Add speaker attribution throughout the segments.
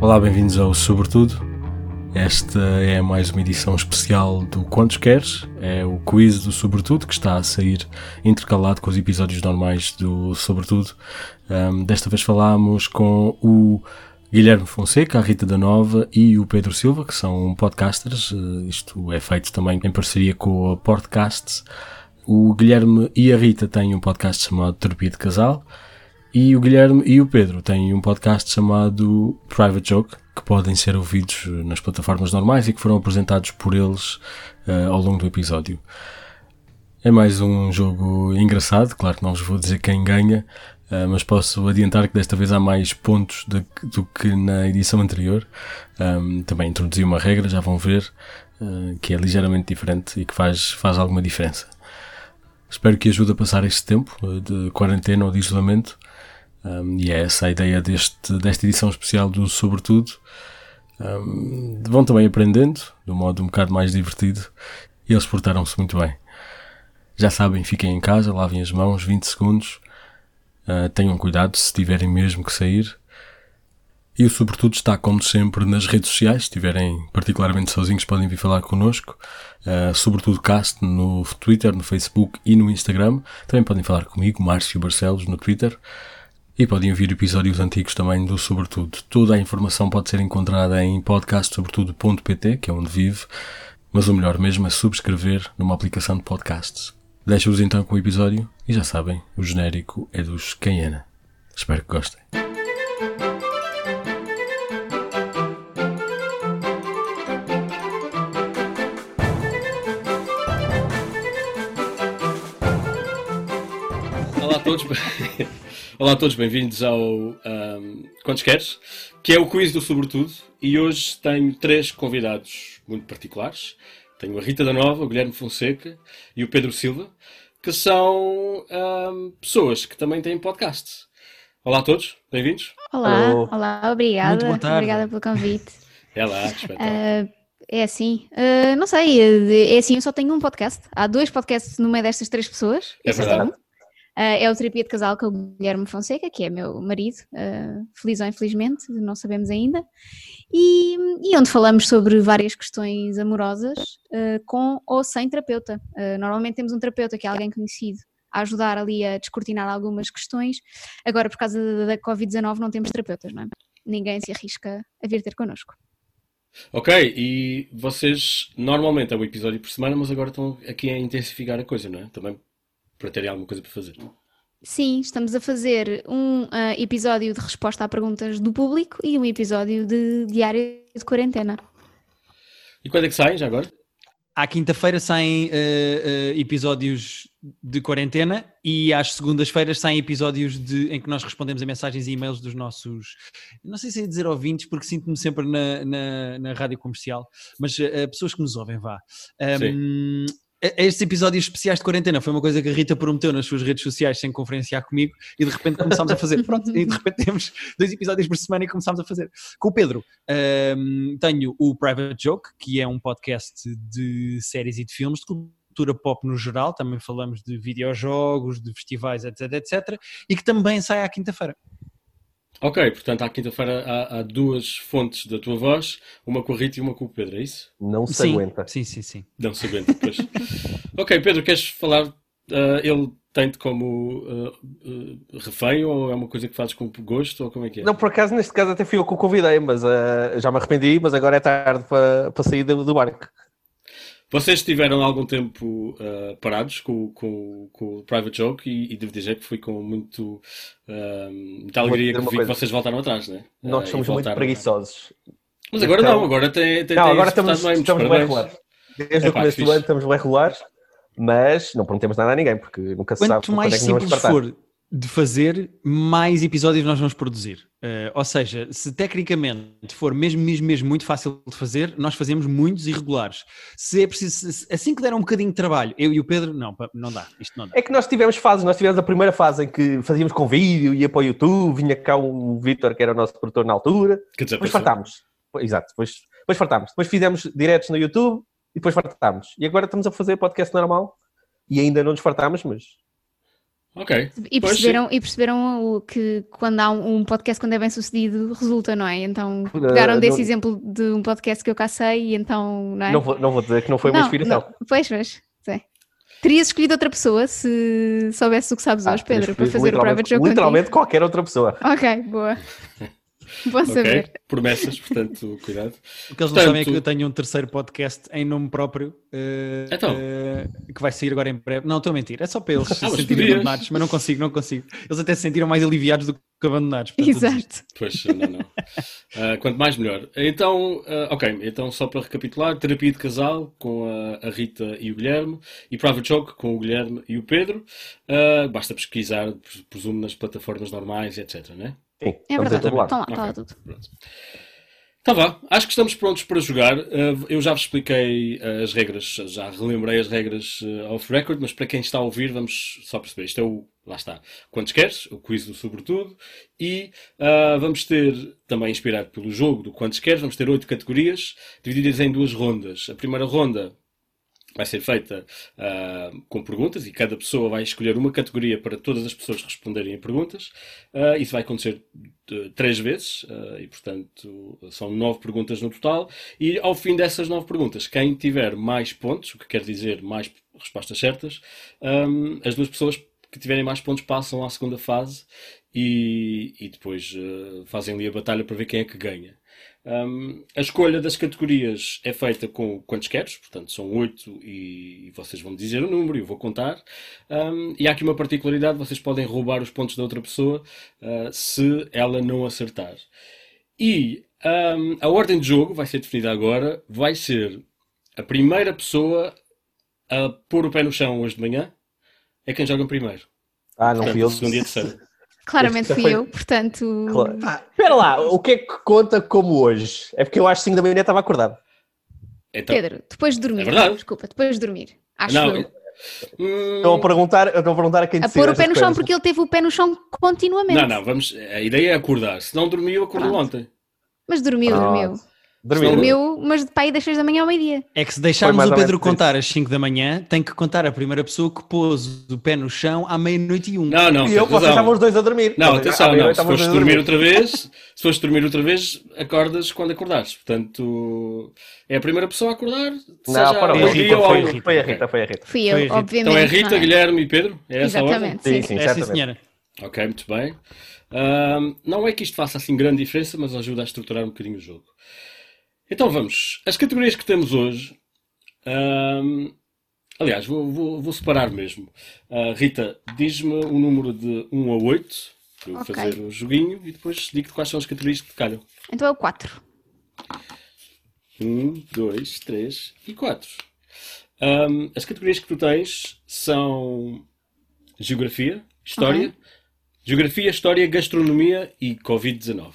Speaker 1: Olá, bem-vindos ao Sobretudo. Esta é mais uma edição especial do Quantos Queres. É o quiz do Sobretudo que está a sair intercalado com os episódios normais do Sobretudo. Ahm, desta vez falámos com o Guilherme Fonseca, a Rita da Nova e o Pedro Silva, que são podcasters. Eh, Isto é feito também em parceria com a Podcasts. O Guilherme e a Rita têm um podcast chamado Terapia de Casal. E o Guilherme e o Pedro têm um podcast chamado Private Joke, que podem ser ouvidos nas plataformas normais e que foram apresentados por eles eh, ao longo do episódio. É mais um jogo engraçado, claro que não vos vou dizer quem ganha, eh, mas posso adiantar que desta vez há mais pontos de- do que na edição anterior. Ahm, também introduzi uma regra, já vão ver, eh, que é ligeiramente diferente e que faz, faz alguma diferença. Espero que ajude a passar este tempo eh, de quarentena ou de isolamento. Um, e é essa a ideia deste, desta edição especial do Sobretudo. Um, vão também aprendendo, de um modo um bocado mais divertido, e eles portaram-se muito bem. Já sabem, fiquem em casa, lavem as mãos, 20 segundos. Uh, tenham cuidado se tiverem mesmo que sair. E o Sobretudo está, como sempre, nas redes sociais. Se estiverem particularmente sozinhos, podem vir falar connosco. Uh, sobretudo Cast no Twitter, no Facebook e no Instagram. Também podem falar comigo, Márcio Barcelos, no Twitter. E podem ouvir episódios antigos também do Sobretudo. Toda a informação pode ser encontrada em podcastsobretudo.pt, que é onde vive, mas o melhor mesmo é subscrever numa aplicação de podcasts. Deixo-vos então com o episódio e já sabem, o genérico é dos Cayena. Espero que gostem. Olá a todos, bem- Olá a todos, bem-vindos ao ahm, Quantos Queres, que é o quiz do Sobretudo, e hoje tenho três convidados muito particulares. Tenho a Rita da Nova, o Guilherme Fonseca e o Pedro Silva, que são ahm, pessoas que também têm podcast. Olá a todos, bem-vindos.
Speaker 2: Olá,
Speaker 3: Alô.
Speaker 2: olá, obrigada.
Speaker 3: boa tarde.
Speaker 2: Obrigada pelo convite.
Speaker 1: É lá, espetáculo.
Speaker 2: Ah, é assim, ah, não sei, é é assim, eu só tenho um podcast. Há dois podcasts numa destas três pessoas.
Speaker 1: É
Speaker 2: eu só
Speaker 1: verdade.
Speaker 2: tenho um. Ah, é o Terapia de Casal com o Guilherme Fonseca, que é meu marido, ah, feliz ou infelizmente, não sabemos ainda. E, e onde falamos sobre várias questões amorosas, ah, com ou sem terapeuta. Ah, normalmente temos um terapeuta que é alguém conhecido a ajudar ali a descortinar algumas questões. Agora, por causa da- da Covid-19, não temos terapeutas, não é? Ninguém se arrisca a vir ter connosco.
Speaker 1: Ok, e vocês normalmente é um episódio por semana, mas agora estão aqui a intensificar a coisa, não é? Também para terem alguma coisa para fazer.
Speaker 2: Sim, estamos a fazer um ah, episódio de resposta a perguntas do público e um episódio de diário de quarentena.
Speaker 1: E quando é que saem, já agora?
Speaker 3: À quinta-feira saem eh, eh, episódios de quarentena e às segundas-feiras saem episódios de- em que nós respondemos a mensagens e e-mails dos nossos. Não sei se ia dizer ouvintes, porque sinto-me sempre na, na, na rádio comercial, mas eh, pessoas que nos ouvem, vá. Ahm, a- estes episódios especiais de quarentena foi uma coisa que a Rita prometeu nas suas redes sociais sem conferenciar comigo e de repente começámos a fazer. Pronto, e de repente temos dois episódios por semana e começámos a fazer. Com o Pedro, Ahm, tenho o Private Joke, que é um podcast de séries e de filmes, de cultura pop no geral, também falamos de videojogos, de festivais, etc, etc, e que também sai à quinta-feira.
Speaker 1: Ok, portanto, à quinta-feira há, há duas fontes da tua voz, uma com a Rita e uma com o Pedro, é isso?
Speaker 4: Não se
Speaker 3: Sim,
Speaker 4: aguenta.
Speaker 3: Sim, sim, sim.
Speaker 1: Não se aguenta depois. ok, Pedro, queres falar? ah, ele tem-te como ah, ah, refém ou é uma coisa que fazes com gosto ou como é que é?
Speaker 4: Não, por acaso, neste caso até fui eu que o convidei, mas eh, já me arrependi, mas agora é tarde para para sair do, do barco.
Speaker 1: Vocês estiveram algum tempo ah, parados com, com- com o Private Joke e, e devo dizer que foi com muito, ah, muita
Speaker 4: Vou
Speaker 1: alegria
Speaker 4: dizer
Speaker 1: que
Speaker 4: uma
Speaker 1: vi que
Speaker 4: coisa.
Speaker 1: vocês voltaram atrás, né? Ah,
Speaker 4: Nós
Speaker 1: e
Speaker 4: somos muito
Speaker 1: voltaram.
Speaker 4: preguiçosos.
Speaker 1: Mas agora
Speaker 4: Então-
Speaker 1: não, agora tem, tem,
Speaker 4: não,
Speaker 1: tem
Speaker 4: agora
Speaker 1: resultado
Speaker 4: estamos,
Speaker 1: bem,
Speaker 4: estamos bem
Speaker 1: parabéns.
Speaker 4: regulares. Desde
Speaker 1: É
Speaker 4: o
Speaker 1: pá,
Speaker 4: começo do
Speaker 1: fixe.
Speaker 4: ano estamos bem regulares, mas não prometemos nada a ninguém, porque nunca se sabe
Speaker 3: Quanto
Speaker 4: quando
Speaker 3: mais
Speaker 4: é que nos vamos
Speaker 3: simples
Speaker 4: despertar.
Speaker 3: for de fazer, mais episódios nós vamos produzir. Eh, ou seja, se tecnicamente for mesmo, mesmo, mesmo muito fácil de fazer, nós fazemos muitos irregulares. Se é preciso, se- assim que der um bocadinho de trabalho, eu e o Pedro, não, pá, não dá, isto não dá.
Speaker 4: É que nós tivemos fases, nós tivemos a primeira fase em que fazíamos com vídeo, ia para o YouTube, vinha cá o Vitor, que era o nosso produtor na altura,
Speaker 1: Que
Speaker 4: depois
Speaker 1: desapareceu.
Speaker 4: fartámos. Exato, depois, depois fartámos. Depois fizemos diretos no YouTube e depois fartámos. E agora estamos a fazer podcast normal e ainda não nos fartámos, mas
Speaker 5: Ok.
Speaker 2: E
Speaker 5: Pois,
Speaker 2: perceberam, e perceberam o que quando há um, um podcast, quando é bem sucedido, resulta, não é? Então pegaram desse
Speaker 4: não-
Speaker 2: exemplo de um podcast que eu cacei e então, não é?
Speaker 4: Não vou, não vou dizer que não foi uma
Speaker 2: Não,
Speaker 4: inspiração.
Speaker 2: não. Pois, mas, é. Terias escolhido outra pessoa se soubesse o que sabes
Speaker 4: Ah,
Speaker 2: hoje, Pedro, para
Speaker 4: teria escolhido
Speaker 2: fazer o private
Speaker 4: literalmente-
Speaker 2: joke
Speaker 4: Literalmente qualquer outra pessoa.
Speaker 2: contigo. Ok, boa. Bom
Speaker 5: Ok,
Speaker 2: saber.
Speaker 5: promessas, portanto,
Speaker 3: O
Speaker 5: cuidado.
Speaker 3: que eles
Speaker 5: Portanto-
Speaker 3: não sabem é que eu tenho um terceiro podcast em nome próprio eh,
Speaker 5: Então. Ah,
Speaker 3: eh, que vai sair agora em breve. Não, estou a mentir, é só para eles se
Speaker 5: mas
Speaker 3: sentirem
Speaker 5: podias.
Speaker 3: abandonados, mas não consigo, não consigo. Eles até se sentiram mais aliviados do que abandonados. portanto, eu desisto.
Speaker 2: Exato. É
Speaker 5: Pois, não, não. Ah, quanto mais, melhor. Então, ah, ok, então só para recapitular, terapia de casal com a, a Rita e o Guilherme e Private Joke com o Guilherme e o Pedro. Ah, basta pesquisar, pres- presumo, nas plataformas normais, etc, né?
Speaker 2: É
Speaker 4: Sim, estamos em
Speaker 2: verdade.
Speaker 4: todo lado.
Speaker 2: Estão lá, está lá
Speaker 5: Ok.
Speaker 2: tudo.
Speaker 5: Pronto. Tá vá, acho que estamos prontos para jogar. Ah, eu já vos expliquei ah, as regras, já relembrei as regras ah, off-record, mas para quem está a ouvir, vamos só perceber. Isto é o, lá está, quantos queres, o quiz do sobretudo, e ah, vamos ter, também inspirado pelo jogo do quantos queres, vamos ter oito categorias, divididas em duas rondas. A primeira ronda vai ser feita ah, com perguntas e cada pessoa vai escolher uma categoria para todas as pessoas responderem a perguntas. Ah, isso vai acontecer eh, três vezes ah, e, portanto, são nove perguntas no total. E ao fim dessas nove perguntas, quem tiver mais pontos, o que quer dizer mais respostas certas, ahm, as duas pessoas que tiverem mais pontos passam à segunda fase e, e depois eh, fazem ali a batalha para ver quem é que ganha. Um, a escolha das categorias é feita com quantos queres, portanto são oito e, e vocês vão dizer o número e eu vou contar. Um, e há aqui uma particularidade: vocês podem roubar os pontos da outra pessoa uh, se ela não acertar. E um, a ordem de jogo vai ser definida agora: vai ser a primeira pessoa a pôr o pé no chão hoje de manhã é quem joga primeiro.
Speaker 4: Ah,
Speaker 2: é
Speaker 4: não fui
Speaker 5: Portanto,
Speaker 4: eu.
Speaker 5: segundo e terceiro.
Speaker 2: Claramente
Speaker 4: Este
Speaker 2: fui
Speaker 4: foi-
Speaker 2: eu, portanto.
Speaker 4: Claro. Espera lá, o que é que conta como hoje? É porque eu acho que 5 da manhã estava acordado.
Speaker 5: Então,
Speaker 2: Pedro, depois de dormir.
Speaker 5: É verdade.
Speaker 2: Desculpa, depois de dormir. Acho
Speaker 5: não,
Speaker 2: eu.
Speaker 5: Hum,
Speaker 4: Estão a perguntar, estão a, perguntar a quem
Speaker 2: A
Speaker 4: decide
Speaker 2: pôr o
Speaker 4: estas
Speaker 2: pé no chão,
Speaker 4: coisas.
Speaker 2: porque ele teve o pé no chão continuamente.
Speaker 5: Não, não, vamos. A ideia é acordar. Se não dormiu, acordou
Speaker 2: Pronto.
Speaker 5: ontem.
Speaker 2: Mas dormiu,
Speaker 4: Pronto.
Speaker 2: dormiu.
Speaker 4: Dormiram.
Speaker 2: Dormiu, mas de pai das 6 da manhã ao meio-dia.
Speaker 3: É que se
Speaker 4: Foi
Speaker 3: deixarmos
Speaker 4: mais
Speaker 3: o
Speaker 4: ou
Speaker 3: Pedro
Speaker 4: menos por isso.
Speaker 3: contar às 5 da manhã, tem que contar a primeira pessoa que pôs o pé no chão à meia-noite e um.
Speaker 5: Não, não,
Speaker 4: E
Speaker 5: tens
Speaker 4: eu, vocês
Speaker 5: razão.
Speaker 4: estavam os dois a dormir.
Speaker 5: Não,
Speaker 4: Vocês- à
Speaker 5: atenção, não.
Speaker 4: meia-noite
Speaker 5: Se
Speaker 4: estavam os
Speaker 5: fores
Speaker 4: dois a
Speaker 5: dormir outra vez, se fores dormir outra vez, acordas quando acordares. Portanto, é a primeira pessoa a acordar.
Speaker 4: Não,
Speaker 5: seja
Speaker 3: Foi a
Speaker 5: ao
Speaker 4: foram eles.
Speaker 5: dia
Speaker 3: Rita,
Speaker 5: ou ao-
Speaker 3: foi a
Speaker 4: foi,
Speaker 3: Rita.
Speaker 4: foi a Rita, foi a Rita.
Speaker 2: Fui
Speaker 3: Foi a
Speaker 2: eu,
Speaker 3: Rita.
Speaker 2: obviamente.
Speaker 5: Então é
Speaker 2: não
Speaker 5: Rita, Guilherme e Pedro? É essa a ordem?
Speaker 2: Exatamente, sim.
Speaker 4: Sim,
Speaker 2: sim.
Speaker 4: sim.
Speaker 3: É, sim,
Speaker 4: certamente.
Speaker 3: senhora.
Speaker 5: Ok, muito bem. Ahm, não é que isto faça assim grande diferença, mas ajuda a estruturar um bocadinho o jogo. Então vamos. As categorias que temos hoje. ahm, aliás, vou, vou- vou separar mesmo. Ah, Rita, diz-me um número de 1 a 8 para eu
Speaker 2: Ok.
Speaker 5: fazer o joguinho e depois digo-te quais são as categorias que te calham.
Speaker 2: Então é o 4.
Speaker 5: 1, 2, 3 Um, e 4. as categorias que tu tens são Geografia, História, Geografia, História, Gastronomia e Covid-19.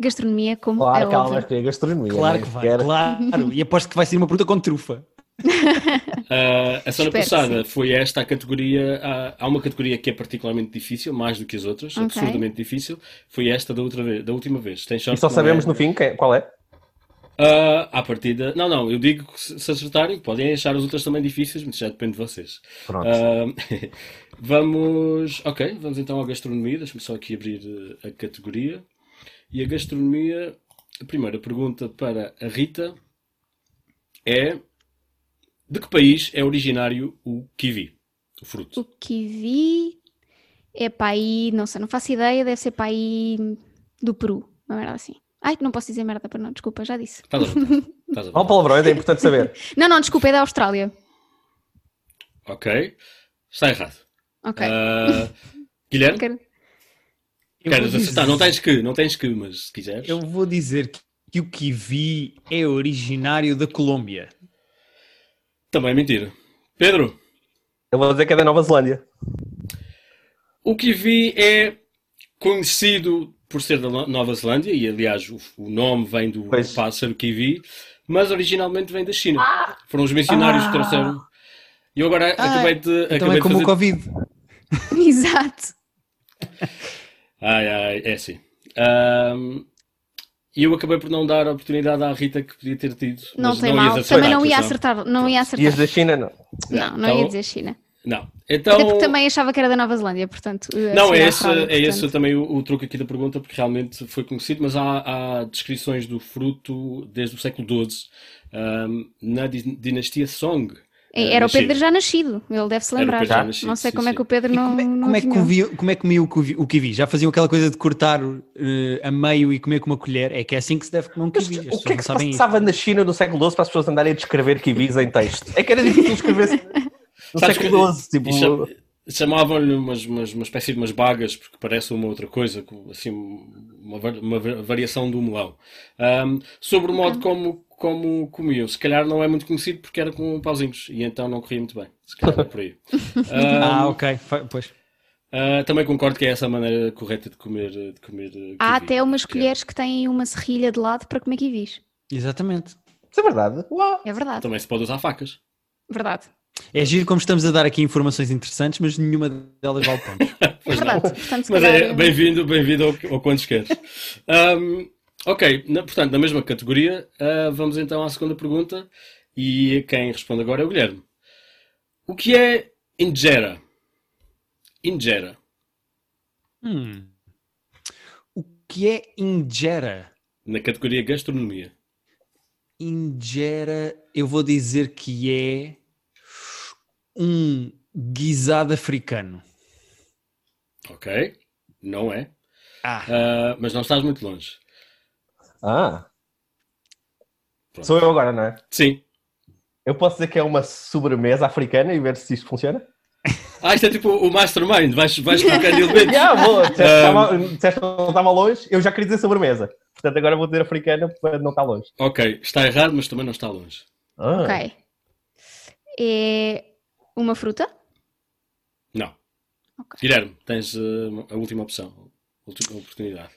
Speaker 2: Gastronomia, como é
Speaker 4: Claro, calma,
Speaker 2: óbvio.
Speaker 4: mas tem a gastronomia.
Speaker 3: Claro
Speaker 4: não
Speaker 3: que
Speaker 4: é?
Speaker 3: vai,
Speaker 4: Quer-
Speaker 3: claro. E aposto que vai sair uma pergunta com trufa.
Speaker 5: Ah, a semana
Speaker 2: Espero que
Speaker 5: passada foi esta a categoria. Há, há uma categoria que é particularmente difícil, mais do que as outras,
Speaker 2: Ok.
Speaker 5: absurdamente difícil. Foi esta da, outra vez, da última vez. Tens
Speaker 4: E só sabemos no fim quem- qual é.
Speaker 5: Ah, à partida. Não, não, eu digo que se se acertarem, podem achar as outras também difíceis, mas já depende de vocês.
Speaker 4: Pronto.
Speaker 5: Ah, vamos. Ok, vamos então à gastronomia. Deixa-me só aqui abrir eh, a categoria. E a gastronomia, a primeira pergunta para a Rita é: De que país é originário o kiwi? O fruto.
Speaker 2: O kiwi é para aí, não sei, não faço ideia, deve ser para aí do Peru, uma merda assim. Ai, não posso dizer merda para não, desculpa, já disse.
Speaker 5: Estás a vontade. Estás a
Speaker 4: Não,
Speaker 5: vontade.
Speaker 4: palavrões, é importante saber.
Speaker 2: Não, não, desculpa, é da Austrália.
Speaker 5: Ok. Está errado.
Speaker 2: Ok.
Speaker 5: Ah, Guilherme,
Speaker 2: Quero-
Speaker 3: Eu
Speaker 5: queres
Speaker 3: vou
Speaker 5: acertar?
Speaker 3: dizer-
Speaker 5: Não tens que, não tens que, mas se quiseres.
Speaker 3: Eu vou dizer que- que o kiwi é originário da Colômbia.
Speaker 5: Também é mentira. Pedro,
Speaker 4: Eu vou dizer que é da Nova Zelândia.
Speaker 5: o kiwi é conhecido por ser da No- Nova Zelândia, e aliás o, o nome vem do
Speaker 4: Pois.
Speaker 5: pássaro kiwi, mas originalmente vem da China.
Speaker 2: Ah!
Speaker 5: Foram os missionários que trouxeram. E eu agora
Speaker 3: Ah,
Speaker 5: acabei de.
Speaker 3: Então
Speaker 5: acabei
Speaker 3: é
Speaker 5: de
Speaker 3: como o
Speaker 5: fazer-
Speaker 3: Covid.
Speaker 2: Exato.
Speaker 5: Ai, ai, é assim. Ahm, E eu acabei por não dar a oportunidade à Rita que podia ter tido.
Speaker 2: Não
Speaker 5: mas
Speaker 2: tem
Speaker 5: ias
Speaker 2: mal. Também não ia
Speaker 5: atenção.
Speaker 2: acertar, não ia
Speaker 4: E
Speaker 2: acertar.
Speaker 4: as da China, não.
Speaker 2: Não, não
Speaker 5: Então-
Speaker 2: ia dizer China.
Speaker 5: Não. Então,
Speaker 2: Até porque também achava que era da Nova Zelândia, portanto. eh,
Speaker 5: Não,
Speaker 2: assim,
Speaker 5: é
Speaker 2: à
Speaker 5: esse,
Speaker 2: fralda,
Speaker 5: é
Speaker 2: portanto.
Speaker 5: esse também o, o truque aqui da pergunta, porque realmente foi conhecido, mas há, há descrições do fruto desde o século XII, ahm, na di- dinastia Song.
Speaker 2: É,
Speaker 5: eh,
Speaker 2: Era o
Speaker 5: na China.
Speaker 2: Pedro já nascido, ele deve se
Speaker 5: Era o
Speaker 2: lembrar.
Speaker 5: Pedro já nascido,
Speaker 2: não sei
Speaker 5: sim,
Speaker 2: como é
Speaker 5: sim.
Speaker 2: que o Pedro
Speaker 3: E
Speaker 2: não.
Speaker 3: como, é,
Speaker 2: não
Speaker 3: como é que
Speaker 2: apanhou.
Speaker 3: comi, como é que comi o, cuvi- o kiwi? Já faziam aquela coisa de cortar eh, a meio e comer com uma colher? É que é assim que se deve comer um
Speaker 4: Mas
Speaker 3: kiwi. As
Speaker 4: o
Speaker 3: pessoas
Speaker 4: que é
Speaker 3: não
Speaker 4: que se
Speaker 3: sabem isso.
Speaker 4: passava na China no século XII para as pessoas andarem a descrever kiwis em texto? É que era difícil escrever assim. no
Speaker 5: Sabes
Speaker 4: século
Speaker 5: que-
Speaker 4: XII. Tipo,
Speaker 5: e
Speaker 3: é-
Speaker 5: cham- Chamavam-lhe umas, umas, uma espécie de umas bagas, porque parece uma outra coisa, com, assim, uma, var- uma var- variação do melão. Ahm, sobre o modo como, como comiam, se calhar não é muito conhecido porque era com pauzinhos, e então não corria muito bem, se calhar é por aí. Ahm,
Speaker 3: Ah, ok. Fa- Pois.
Speaker 5: ah, também concordo que é essa a maneira correta de comer. De comer eh,
Speaker 2: Há
Speaker 5: kiwi.
Speaker 2: até umas colheres que têm uma serrilha de lado para comer kiwis.
Speaker 3: Exatamente.
Speaker 4: Isso é verdade. Uau.
Speaker 2: É verdade,
Speaker 5: Também se pode usar facas.
Speaker 2: verdade.
Speaker 3: É giro como estamos a dar aqui informações interessantes, mas nenhuma delas vale pontos.
Speaker 5: Pois não.
Speaker 2: verdade. Portanto, se
Speaker 5: Mas
Speaker 2: calhar, um-
Speaker 5: é bem-vindo, bem-vindo ao, ao quantos queres. Ahm, ok, na- portanto, na mesma categoria, ah, vamos então à segunda pergunta. E quem responde agora é o Guilherme. O que é injera? Injera.
Speaker 3: Hum. O que é injera?
Speaker 5: Na categoria gastronomia.
Speaker 3: Injera, eu vou dizer que é um guisado africano.
Speaker 5: Ok? Não é.
Speaker 3: Ah,
Speaker 5: Ah, mas não estás muito longe.
Speaker 4: Ah.
Speaker 5: Pronto.
Speaker 4: Sou eu agora, não é?
Speaker 5: Sim.
Speaker 4: Eu posso dizer que é uma sobremesa africana e ver se isto funciona?
Speaker 5: Ah, isto é tipo o mastermind. Vais, vais colocando elementos.
Speaker 4: Já, vou.
Speaker 3: Um,
Speaker 4: Disseste que
Speaker 5: Ah.
Speaker 4: estava- disseste que não estava longe, eu já queria dizer sobremesa. Portanto, agora vou dizer africana para não estar longe.
Speaker 5: Ok, está errado, mas também não está longe.
Speaker 4: Ah.
Speaker 2: Ok. É uma fruta?
Speaker 5: Não.
Speaker 2: Ok.
Speaker 5: Guilherme, tens eh, a última opção, a última oportunidade.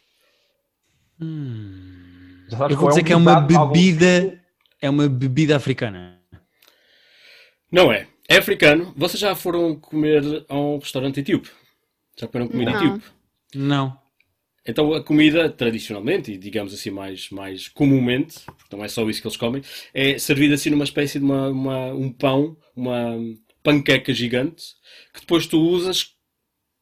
Speaker 3: hum.
Speaker 4: Já sabes um
Speaker 3: eu vou
Speaker 4: qual
Speaker 3: dizer que é uma
Speaker 4: ditado de algum- tipo?
Speaker 3: bebida, é uma bebida africana.
Speaker 5: Não é. É africano. Vocês já foram comer a um restaurante etíope? Já comeram comida
Speaker 2: Não.
Speaker 5: etíope?
Speaker 3: Não.
Speaker 5: Então a comida, tradicionalmente, e digamos assim mais, mais comumente, porque não é só isso que eles comem, é servida assim numa espécie de uma, uma- um pão, uma panqueca gigante, que depois tu usas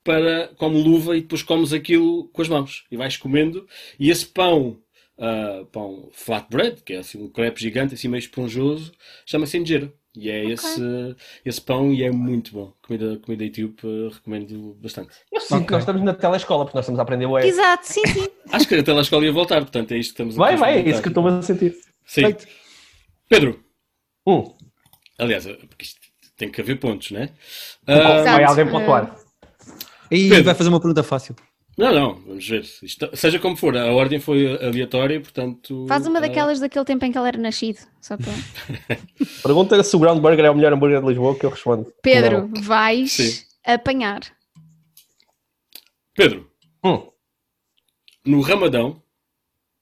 Speaker 5: para, como luva e depois comes aquilo com as mãos. E vais comendo. E esse pão, ah, pão flatbread, que é assim um crepe gigante, assim meio esponjoso, chama-se injera. E é esse, esse pão e é muito bom. Comida, comida etíope, eh, recomendo bastante.
Speaker 4: Eu sinto que nós estamos na telescola, porque nós estamos a aprender
Speaker 5: É.
Speaker 4: o
Speaker 2: Exato, sim, sim.
Speaker 5: Acho que até lá a escola ia voltar, portanto é isto que estamos a
Speaker 4: Vai, vai, é
Speaker 5: experimentar.
Speaker 4: isso que eu estou a sentir.
Speaker 5: Sim.
Speaker 4: Feito.
Speaker 5: Pedro,
Speaker 4: Hum,
Speaker 5: aliás, porque isto tem que haver pontos, né?
Speaker 4: vai
Speaker 5: é?
Speaker 2: Exato.
Speaker 4: alguém para o ar.
Speaker 3: E
Speaker 5: Pedro.
Speaker 3: vai fazer uma pergunta fácil.
Speaker 5: não, não, vamos ver. Isto- seja como for, a ordem foi aleatória, portanto.
Speaker 2: Faz uma
Speaker 5: ah,
Speaker 2: daquelas daquele tempo em que ele era nascido. Só para...
Speaker 4: Pergunta se o Ground Burger é o melhor hambúrguer de Lisboa, que eu respondo.
Speaker 2: Pedro, vais
Speaker 5: Sim.
Speaker 2: apanhar.
Speaker 5: Pedro,
Speaker 4: Hum,
Speaker 5: no Ramadão,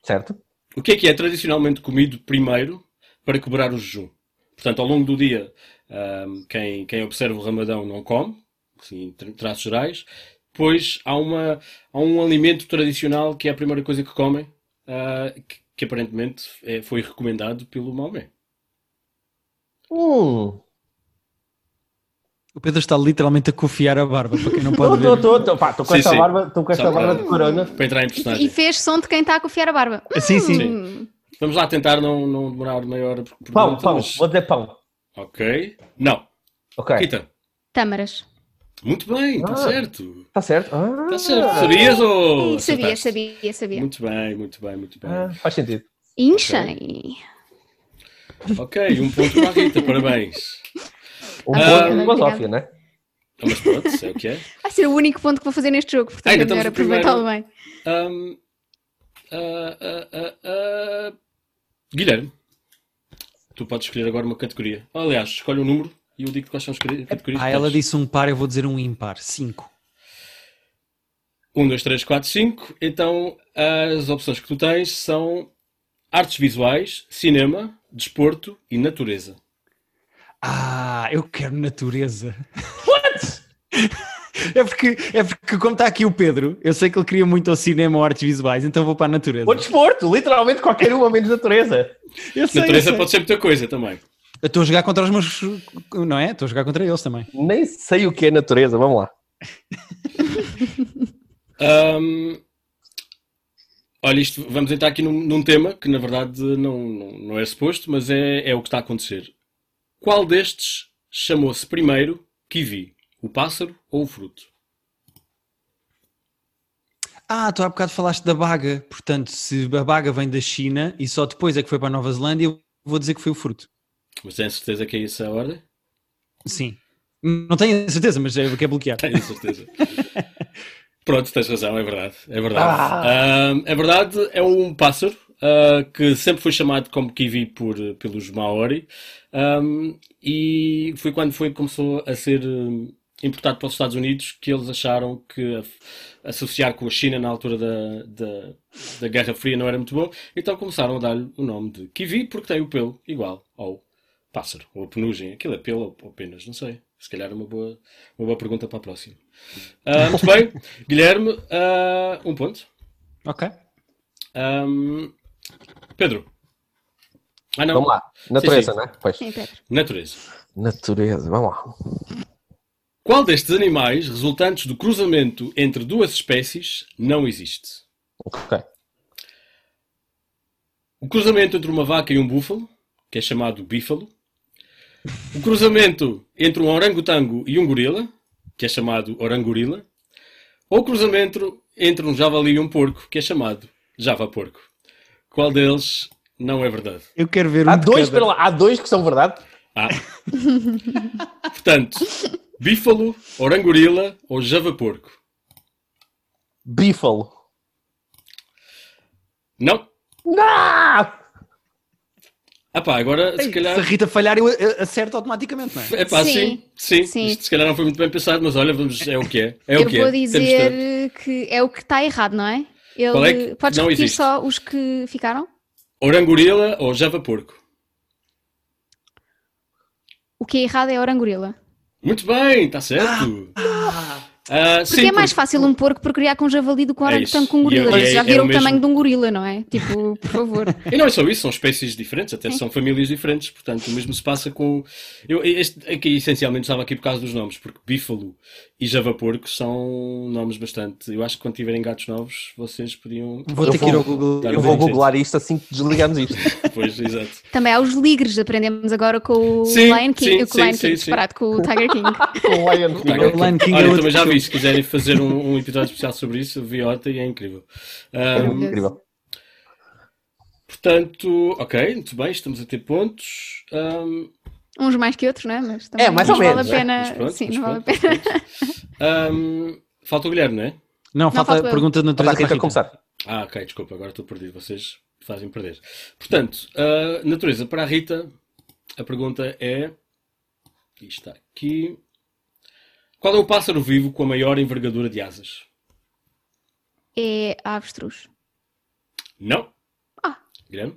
Speaker 4: certo?
Speaker 5: o que é que é tradicionalmente comido primeiro para quebrar o jejum? Portanto, ao longo do dia, ah, quem, quem observa o Ramadão não come, assim, em tra- traços gerais. Depois há, uma, há um alimento tradicional que é a primeira coisa que comem, ah, que, que aparentemente é- foi recomendado pelo Maomé.
Speaker 4: Hum.
Speaker 3: O Pedro está literalmente a cofiar a barba, para quem não pode ver.
Speaker 4: Estou, estou, estou. Pá, estou com
Speaker 5: Sim,
Speaker 4: esta
Speaker 5: sim.
Speaker 4: barba, estou com esta
Speaker 5: Só
Speaker 4: barba
Speaker 5: para-
Speaker 4: de corona.
Speaker 5: Para entrar em
Speaker 2: E
Speaker 5: personagem.
Speaker 2: fez som de quem está a confiar a barba.
Speaker 3: Sim,
Speaker 4: é um
Speaker 3: sim.
Speaker 2: Hum,
Speaker 5: Vamos lá tentar não, não demorar meia hora por por
Speaker 4: Pão,
Speaker 5: pergunta,
Speaker 4: pão,
Speaker 5: mas-
Speaker 4: vou dizer pão.
Speaker 5: Ok. Não.
Speaker 4: Ok.
Speaker 5: Quita.
Speaker 2: Tâmaras.
Speaker 5: Muito bem, está
Speaker 4: Ah.
Speaker 5: certo.
Speaker 4: Está certo? Ah,
Speaker 5: Está certo. Sabias ou.
Speaker 2: Ih, sabia,
Speaker 5: acertaste?
Speaker 2: sabia, sabia.
Speaker 5: Oh, Muito bem, muito bem, muito bem.
Speaker 4: ah, faz sentido.
Speaker 2: Inchem.
Speaker 5: Ok, um ponto para a Rita, parabéns.
Speaker 2: Ah,
Speaker 4: Um bom de
Speaker 2: obrigada.
Speaker 4: filosofia, não é?
Speaker 5: Mas pronto, sei o que é.
Speaker 2: Vai ser o único ponto que vou fazer neste jogo, portanto
Speaker 5: Ainda
Speaker 2: é melhor
Speaker 5: então estamos no
Speaker 2: aproveitá-lo bem.
Speaker 5: Ahm, ah, ah, ah, ah. Guilherme, tu podes escolher agora uma categoria. Aliás, escolhe um número e eu digo quais são as cate- categorias.
Speaker 3: Ah,
Speaker 5: que
Speaker 3: ela
Speaker 5: tens.
Speaker 3: disse um par, eu vou dizer um ímpar. Cinco.
Speaker 5: 1, 2, 3, 4, 5. Então, as opções que tu tens são artes visuais, cinema, desporto e natureza.
Speaker 3: Ah, eu quero natureza. What? É porque, é porque, como está aqui o Pedro, eu sei que ele queria muito ao cinema ou artes visuais, então vou para a natureza.
Speaker 4: O desporto, literalmente qualquer uma, um, menos natureza.
Speaker 3: Eu sei, eu
Speaker 5: natureza
Speaker 3: sei.
Speaker 5: pode ser muita coisa também.
Speaker 3: Eu estou a jogar contra os meus. Não é? Estou a jogar contra eles também.
Speaker 4: Nem sei o que é natureza, vamos lá.
Speaker 5: Ahm, olha, isto, vamos entrar aqui num, num tema que na verdade não, não, não é suposto, mas é, é o que está a acontecer. Qual destes chamou-se primeiro kiwi? O pássaro ou o fruto?
Speaker 3: Ah, tu há bocado falaste da baga. Portanto, se a baga vem da China e só depois é que foi para a Nova Zelândia, eu vou dizer que foi o fruto.
Speaker 5: Mas tem certeza que é essa a ordem?
Speaker 3: Sim. Não tenho a certeza, mas é o que é bloqueado.
Speaker 5: Tenho certeza. Pronto, tens razão, é verdade. É verdade. Ahm, é verdade, é um pássaro ah, que sempre foi chamado como kiwi por, pelos Maori Ahm, e foi quando foi, começou a ser hum, importado para os Estados Unidos que eles acharam que a- associar com a China na altura da, da, da Guerra Fria não era muito bom, então começaram a dar-lhe o nome de kiwi porque tem o pelo igual ao pássaro, ou a penugem. Aquilo é pelo ou penas, não sei. Se calhar é uma boa, uma boa pergunta para a próxima. Ah, muito bem, Guilherme, ah, um ponto.
Speaker 3: Ok.
Speaker 5: Ahm, Pedro. Ah, não.
Speaker 4: Vamos lá. Natureza,
Speaker 5: sim.
Speaker 4: não é? Pois.
Speaker 2: Sim, Pedro.
Speaker 5: Natureza.
Speaker 4: Natureza, vamos lá.
Speaker 5: Qual destes animais resultantes do cruzamento entre duas espécies não existe?
Speaker 4: Ok.
Speaker 5: O cruzamento entre uma vaca e um búfalo, que é chamado bífalo. O cruzamento entre um orangotango e um gorila, que é chamado orangorila. Ou o cruzamento entre um javali e um porco, que é chamado javaporco. Qual deles não é verdade?
Speaker 3: Eu quero ver
Speaker 4: Há
Speaker 3: um de
Speaker 4: dois,
Speaker 3: cada.
Speaker 4: pera lá, há dois que são verdade.
Speaker 5: Ah. Portanto, bífalo, orangorila ou javaporco?
Speaker 4: Bífalo.
Speaker 5: Não.
Speaker 4: Não!
Speaker 5: Ah pá, agora se calhar...
Speaker 3: Se a Rita falhar, eu a- acerto automaticamente, não é?
Speaker 5: É pá, sim, sim.
Speaker 2: Sim.
Speaker 5: Isto se calhar não foi muito bem pensado, mas olha, vamos, é o que é. É o
Speaker 2: Eu
Speaker 5: que
Speaker 2: vou
Speaker 5: é. Temos de ter.
Speaker 2: dizer que é o que está errado, não é? Ele...
Speaker 5: Qual é que
Speaker 2: Podes
Speaker 5: não
Speaker 2: repetir
Speaker 5: existe?
Speaker 2: só os que ficaram?
Speaker 5: Orangorila ou Java Porco?
Speaker 2: O que é errado é a orangorila.
Speaker 5: Muito bem, está certo. Ah,
Speaker 2: Porque
Speaker 5: sim,
Speaker 2: é mais fácil um porco procriar com um javali do que um
Speaker 5: É
Speaker 2: orangotango
Speaker 5: isso.
Speaker 2: com um gorila.
Speaker 5: E é-
Speaker 2: Vocês
Speaker 5: é-
Speaker 2: já
Speaker 5: é o
Speaker 2: viram o,
Speaker 5: mesmo.
Speaker 2: tamanho de um gorila, não é? Tipo, por favor.
Speaker 5: E não é só isso, são espécies diferentes, até são famílias diferentes, portanto, o mesmo se passa com. Eu, este aqui essencialmente estava aqui por causa dos nomes, porque Bífalo e Javaporco são nomes bastante. Eu acho que quando tiverem gatos novos, vocês podiam.
Speaker 3: Vou
Speaker 4: Eu
Speaker 3: ter que ir ao Google.
Speaker 5: Tá
Speaker 4: Eu
Speaker 5: bem,
Speaker 4: vou
Speaker 5: gente.
Speaker 4: googlar isto assim que desligamos isto.
Speaker 5: Pois, exato.
Speaker 2: Também há os ligres, aprendemos agora com o
Speaker 5: Sim,
Speaker 2: Lion King,
Speaker 5: sim,
Speaker 2: com o Lion King
Speaker 5: sim, sim, sim.
Speaker 2: disparado com o Tiger King.
Speaker 4: O Lion
Speaker 5: Tá,
Speaker 4: King.
Speaker 5: ok.
Speaker 3: Lion King é
Speaker 5: Olha, eu
Speaker 3: outro
Speaker 5: também já
Speaker 3: filme.
Speaker 5: vi, se quiserem fazer um, um episódio especial sobre isso, eu vi ontem e é incrível. Ah,
Speaker 4: É
Speaker 2: Maravilhoso.
Speaker 4: incrível.
Speaker 5: portanto, ok, muito bem, estamos a ter pontos. Ah,
Speaker 2: Uns mais que outros, não é? Mas também
Speaker 4: É, mais
Speaker 2: não
Speaker 4: ou
Speaker 2: vale
Speaker 4: menos,
Speaker 2: a
Speaker 5: é?
Speaker 2: pena.
Speaker 5: Mas pronto,
Speaker 2: sim,
Speaker 5: mas
Speaker 2: não vale a
Speaker 5: pronto,
Speaker 2: pena.
Speaker 5: Ahm, hum, falta o Guilherme, não é?
Speaker 3: Não, falta
Speaker 2: falta
Speaker 3: a
Speaker 2: eu.
Speaker 3: pergunta de
Speaker 4: Está
Speaker 3: natureza
Speaker 4: a
Speaker 3: para a
Speaker 4: Rita
Speaker 3: Rita.
Speaker 4: Tá a começar.
Speaker 5: Ah, ok, desculpa, agora estou perdido, vocês fazem perder. Portanto, ah, natureza, para a Rita, a pergunta é. Aqui está aqui. Qual é o pássaro vivo com a maior envergadura de asas?
Speaker 2: É a avestruz.
Speaker 5: Não?
Speaker 2: Ah.
Speaker 5: Guilherme?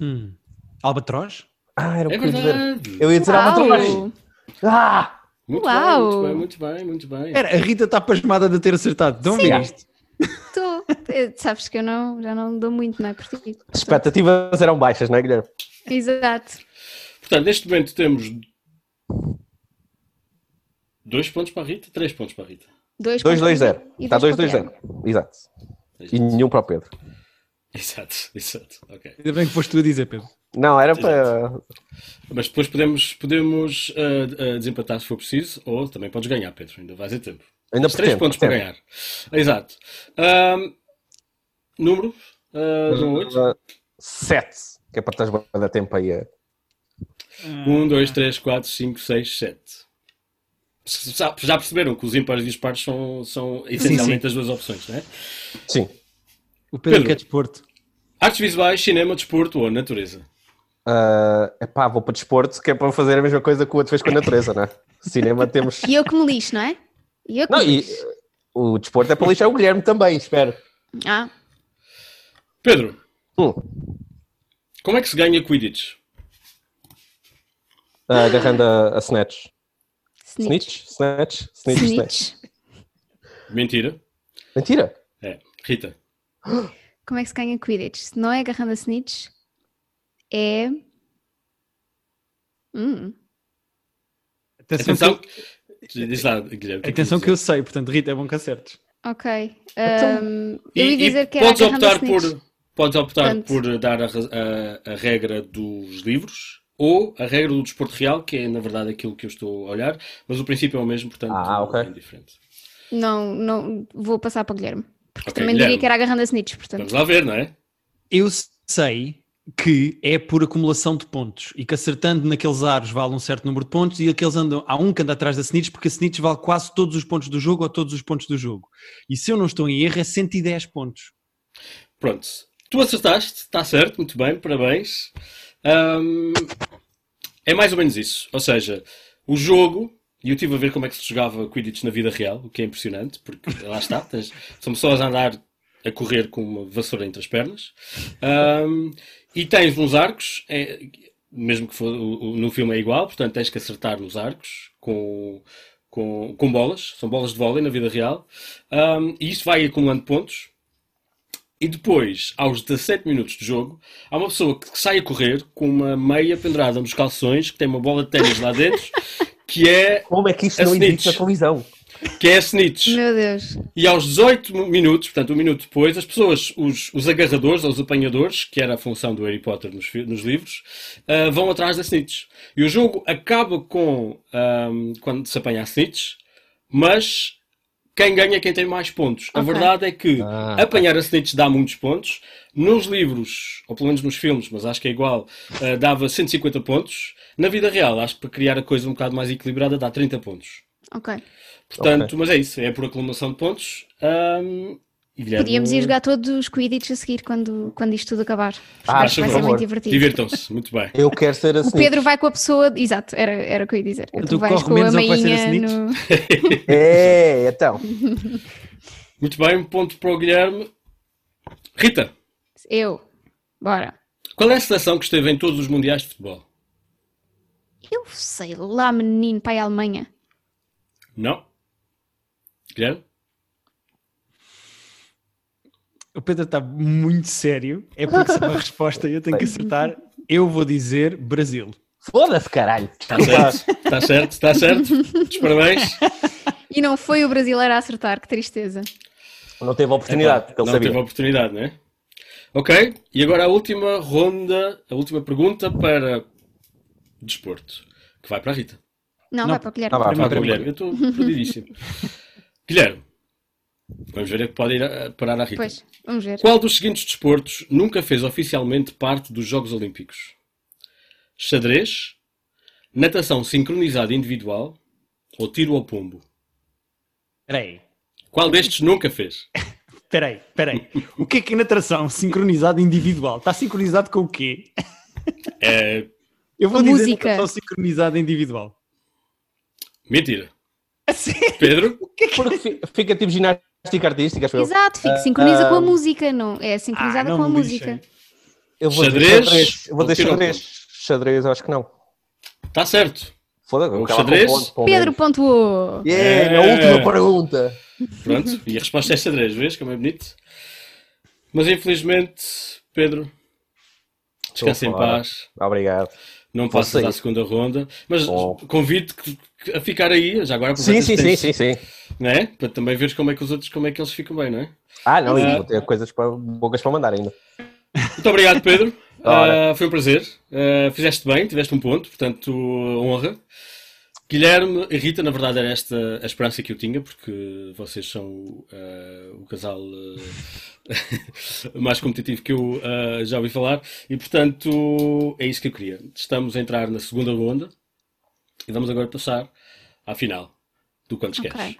Speaker 3: Hum. Albatroz?
Speaker 4: Ah, era o que
Speaker 5: É
Speaker 4: eu ia dizer.
Speaker 5: verdade!
Speaker 4: Eu ia dizer há muito mais.
Speaker 2: Uau!
Speaker 4: Ah!
Speaker 5: Muito
Speaker 2: Uau!
Speaker 5: bem, muito bem, muito bem, muito bem.
Speaker 3: Era, a Rita está pasmada de ter acertado. Então,
Speaker 2: Sim.
Speaker 3: ver isto.
Speaker 2: Tô. Eh, Sabes que eu não, já não dou muito, não é? Por ti.
Speaker 4: Expectativas eram baixas, não é, Guilherme?
Speaker 2: Exato.
Speaker 5: Portanto, neste momento temos. Dois pontos para a Rita, três pontos para a Rita.
Speaker 4: 2-2-0.
Speaker 2: E
Speaker 4: Está
Speaker 2: dois para o
Speaker 4: 2-2-0. Exato. E nenhum para o Pedro.
Speaker 5: Exato, exato. Ok.
Speaker 3: Ainda bem que foste tu a dizer, Pedro.
Speaker 4: Não, era para.
Speaker 5: Mas depois podemos, podemos ah, ah, desempatar se for preciso, ou também podes ganhar, Pedro, ainda vais a tempo.
Speaker 4: Ainda
Speaker 5: Tens três
Speaker 4: pretendo,
Speaker 5: pontos
Speaker 4: pretendo.
Speaker 5: para ganhar. Exato. Ahm, número ah, de 1 a 8.
Speaker 4: 7. Que é para estás a dar tempo aí a.
Speaker 5: 1, 2, 3, 4, 5, 6, 7. Já já perceberam que os ímpares e os pares são, são essencialmente as duas opções, não é?
Speaker 4: Sim.
Speaker 3: O Pedro,
Speaker 5: Pedro.
Speaker 3: quer desporto.
Speaker 5: Artes visuais, cinema, desporto ou natureza.
Speaker 4: é pá, vou para desporto, que é para fazer a mesma coisa que o outro fez com a natureza, não é? Cinema temos.
Speaker 2: E eu que me lixo, não é? E eu que
Speaker 4: Não,
Speaker 2: me
Speaker 4: e
Speaker 2: lixo.
Speaker 4: eh, o desporto é para lixar o Guilherme também, espero.
Speaker 2: Ah,
Speaker 5: Pedro,
Speaker 4: Hum,
Speaker 5: como é que se ganha Quidditch?
Speaker 4: agarrando a, a Snatch.
Speaker 2: snitch.
Speaker 4: Snitch? Snatch? Snitch?
Speaker 2: Snitch.
Speaker 4: Snatch.
Speaker 5: Mentira.
Speaker 4: Mentira!
Speaker 5: É. Rita.
Speaker 2: Como é que se ganha Quidditch? Se não é agarrando a snitch, é Hum.
Speaker 3: Atenção,
Speaker 5: Atenção,
Speaker 3: que,
Speaker 5: que... diz lá, Guilherme. o
Speaker 3: eu,
Speaker 5: que é
Speaker 3: atenção
Speaker 5: quis
Speaker 3: que eu sei, portanto, Rita, é bom que acertes.
Speaker 2: Ok.
Speaker 4: Então,
Speaker 2: Ahm,
Speaker 5: E,
Speaker 2: eu ia
Speaker 5: e
Speaker 2: dizer que era
Speaker 5: podes
Speaker 2: a Guerra
Speaker 5: optar
Speaker 2: dos
Speaker 5: por
Speaker 2: Snitches.
Speaker 5: podes optar
Speaker 2: Portanto.
Speaker 5: por dar a, raz- a- a regra dos livros ou a regra do desporto real, que é na verdade aquilo que eu estou a olhar, mas o princípio é o mesmo, portanto
Speaker 4: Ah, ok.
Speaker 5: é diferente.
Speaker 2: Não, não, vou passar para o Guilherme. Porque
Speaker 5: Ok,
Speaker 2: também
Speaker 5: Guilherme.
Speaker 2: diria que era agarrando a Snitch, portanto.
Speaker 5: Vamos lá ver, não é?
Speaker 3: Eu sei que é por acumulação de pontos e que acertando naqueles aros vale um certo número de pontos e aqueles andam, há um que anda atrás da Snitch porque a Snitch vale quase todos os pontos do jogo ou todos os pontos do jogo. E se eu não estou em erro é 110 pontos.
Speaker 5: Pronto. Tu acertaste, está certo, muito bem, parabéns. Ahm, é mais ou menos isso. Ou seja, o jogo, e eu estive a ver como é que se jogava Quidditch na vida real, o que é impressionante, porque lá está, tens, são pessoas a andar a correr com uma vassoura entre as pernas. Ahm, e tens uns arcos, é, mesmo que for, o- o- no filme é igual, portanto tens que acertar nos arcos com, com, com bolas, são bolas de vôlei na vida real. Ahm, e isso vai acumulando pontos. E depois, aos 17 minutos de jogo, há uma pessoa que sai a correr com uma meia pendurada nos calções, que tem uma bola de ténis lá dentro, que é,
Speaker 4: Como é que isto
Speaker 5: A
Speaker 4: não
Speaker 5: Snitch.
Speaker 4: existe na televisão?
Speaker 5: que é a Snitch.
Speaker 2: Meu Deus.
Speaker 5: E aos 18 mu- minutos, portanto, um minuto depois, as pessoas, os, os agarradores ou os apanhadores, que era a função do Harry Potter nos, fi- nos livros, ah, vão atrás da Snitch. E o jogo acaba com ahm, quando se apanha a Snitch, mas quem ganha é quem tem mais pontos. A
Speaker 2: Ok.
Speaker 5: verdade é que
Speaker 4: Ah,
Speaker 5: apanhar a Snitch dá muitos pontos. Nos livros, ou pelo menos nos filmes, mas acho que é igual, ah, dava 150 pontos. Na vida real, acho que para criar a coisa um bocado mais equilibrada, dá 30 pontos.
Speaker 2: Ok.
Speaker 5: Portanto, mas é isso, é por acumulação de pontos. Ahm, e Guilherme,
Speaker 2: Podíamos ir jogar todos os Quidditch a seguir quando, quando isto tudo acabar.
Speaker 4: Ah,
Speaker 2: Acho que vai ser
Speaker 5: por favor.
Speaker 2: muito divertido.
Speaker 5: Divirtam-se, muito bem.
Speaker 4: Eu quero ser assim.
Speaker 2: O Pedro vai com a pessoa. Exato, era, era o que eu ia dizer.
Speaker 3: Portanto,
Speaker 2: Tu vais
Speaker 3: corre
Speaker 2: com a
Speaker 3: menos ou que vai ser a
Speaker 2: meinha
Speaker 3: Snitch?
Speaker 2: no.
Speaker 4: É, então.
Speaker 5: Muito bem, um ponto para o Guilherme. Rita,
Speaker 2: Eu. Bora.
Speaker 5: qual é a seleção que esteve em todos os mundiais de futebol?
Speaker 2: Eu sei lá, menino, pai Alemanha.
Speaker 5: Não? Guilherme?
Speaker 3: O Pedro está muito sério, é porque se é uma resposta eu tenho que acertar. Eu vou dizer Brasil.
Speaker 4: Foda-se, caralho.
Speaker 5: Está Tá certo, está certo, está certo. Dos parabéns.
Speaker 2: E não foi o brasileiro a acertar, que tristeza.
Speaker 4: Não teve oportunidade, porque ele
Speaker 5: não
Speaker 4: sabia.
Speaker 5: teve oportunidade, não é? Ok, e agora a última ronda, a última pergunta para desporto, que vai para a Rita.
Speaker 2: Não,
Speaker 3: Não.
Speaker 2: vai para o Guilherme.
Speaker 4: Ah, vá,
Speaker 5: Ah,
Speaker 4: vá.
Speaker 5: pá, Guilherme, eu estou perdidíssimo. Guilherme, vamos ver a que pode ir a- a parar a Rita.
Speaker 2: Pois, vamos ver.
Speaker 5: Qual dos seguintes desportos nunca fez oficialmente parte dos Jogos Olímpicos? Xadrez, natação sincronizada individual ou tiro ao pombo?
Speaker 3: Peraí,
Speaker 5: Qual destes nunca fez?
Speaker 3: peraí, peraí. O que é que é natação sincronizada individual? Está sincronizado com o quê?
Speaker 5: É
Speaker 3: Eu vou
Speaker 2: Com
Speaker 3: dizer
Speaker 2: música.
Speaker 3: natação sincronizada individual.
Speaker 5: mentira.
Speaker 3: A sério?
Speaker 5: Pedro,
Speaker 4: Porque fi- fica tipo ginástica artística, acho eu.
Speaker 2: Exato, fica, sincroniza com a música, não? É sincronizada
Speaker 3: Ah, não
Speaker 2: com a
Speaker 3: me
Speaker 2: música.
Speaker 3: lixem.
Speaker 4: Eu vou
Speaker 5: Xadrez?
Speaker 4: dizer xadrez. Eu vou dizer
Speaker 5: Ou tiro ao
Speaker 4: xadrez. Xadrez, eu acho que não.
Speaker 5: está tá certo.
Speaker 4: Foda-se. eu
Speaker 5: Ou
Speaker 4: ficava com
Speaker 5: xadrez?
Speaker 4: ponto, pelo
Speaker 2: Pedro
Speaker 4: menos.
Speaker 2: pontuou.
Speaker 4: Yeah, a
Speaker 5: É.
Speaker 4: última pergunta.
Speaker 5: Pronto, e a resposta é xadrez, vês como é bonito? Mas infelizmente, Pedro, descansa em
Speaker 4: Estou a falar.
Speaker 5: paz.
Speaker 4: Obrigado.
Speaker 5: Não
Speaker 4: Vou
Speaker 5: passas à
Speaker 4: sair.
Speaker 5: segunda ronda, mas
Speaker 4: Bom.
Speaker 5: convido a ficar aí, já agora
Speaker 4: Oh. Sim,
Speaker 5: aproveitas
Speaker 4: sim,
Speaker 5: que
Speaker 4: sim,
Speaker 5: tens-
Speaker 4: sim, sim.
Speaker 5: né? Para também veres como é que os outros, como é que eles ficam bem, não é?
Speaker 4: Ah, não,
Speaker 5: Ah.
Speaker 4: eu vou ter coisas para, bocas para mandar ainda.
Speaker 5: Muito obrigado, Pedro.
Speaker 4: Ora.
Speaker 5: Ah, foi um prazer. Ah, fizeste bem, tiveste um ponto, portanto, honra. Guilherme e Rita, na verdade, era esta a esperança que eu tinha, porque vocês são ah, o casal ah, mais competitivo que eu ah, já ouvi falar, e portanto é isso que eu queria. Estamos a entrar na segunda ronda e vamos agora passar à final do Quantos
Speaker 2: Ok.
Speaker 5: Queres.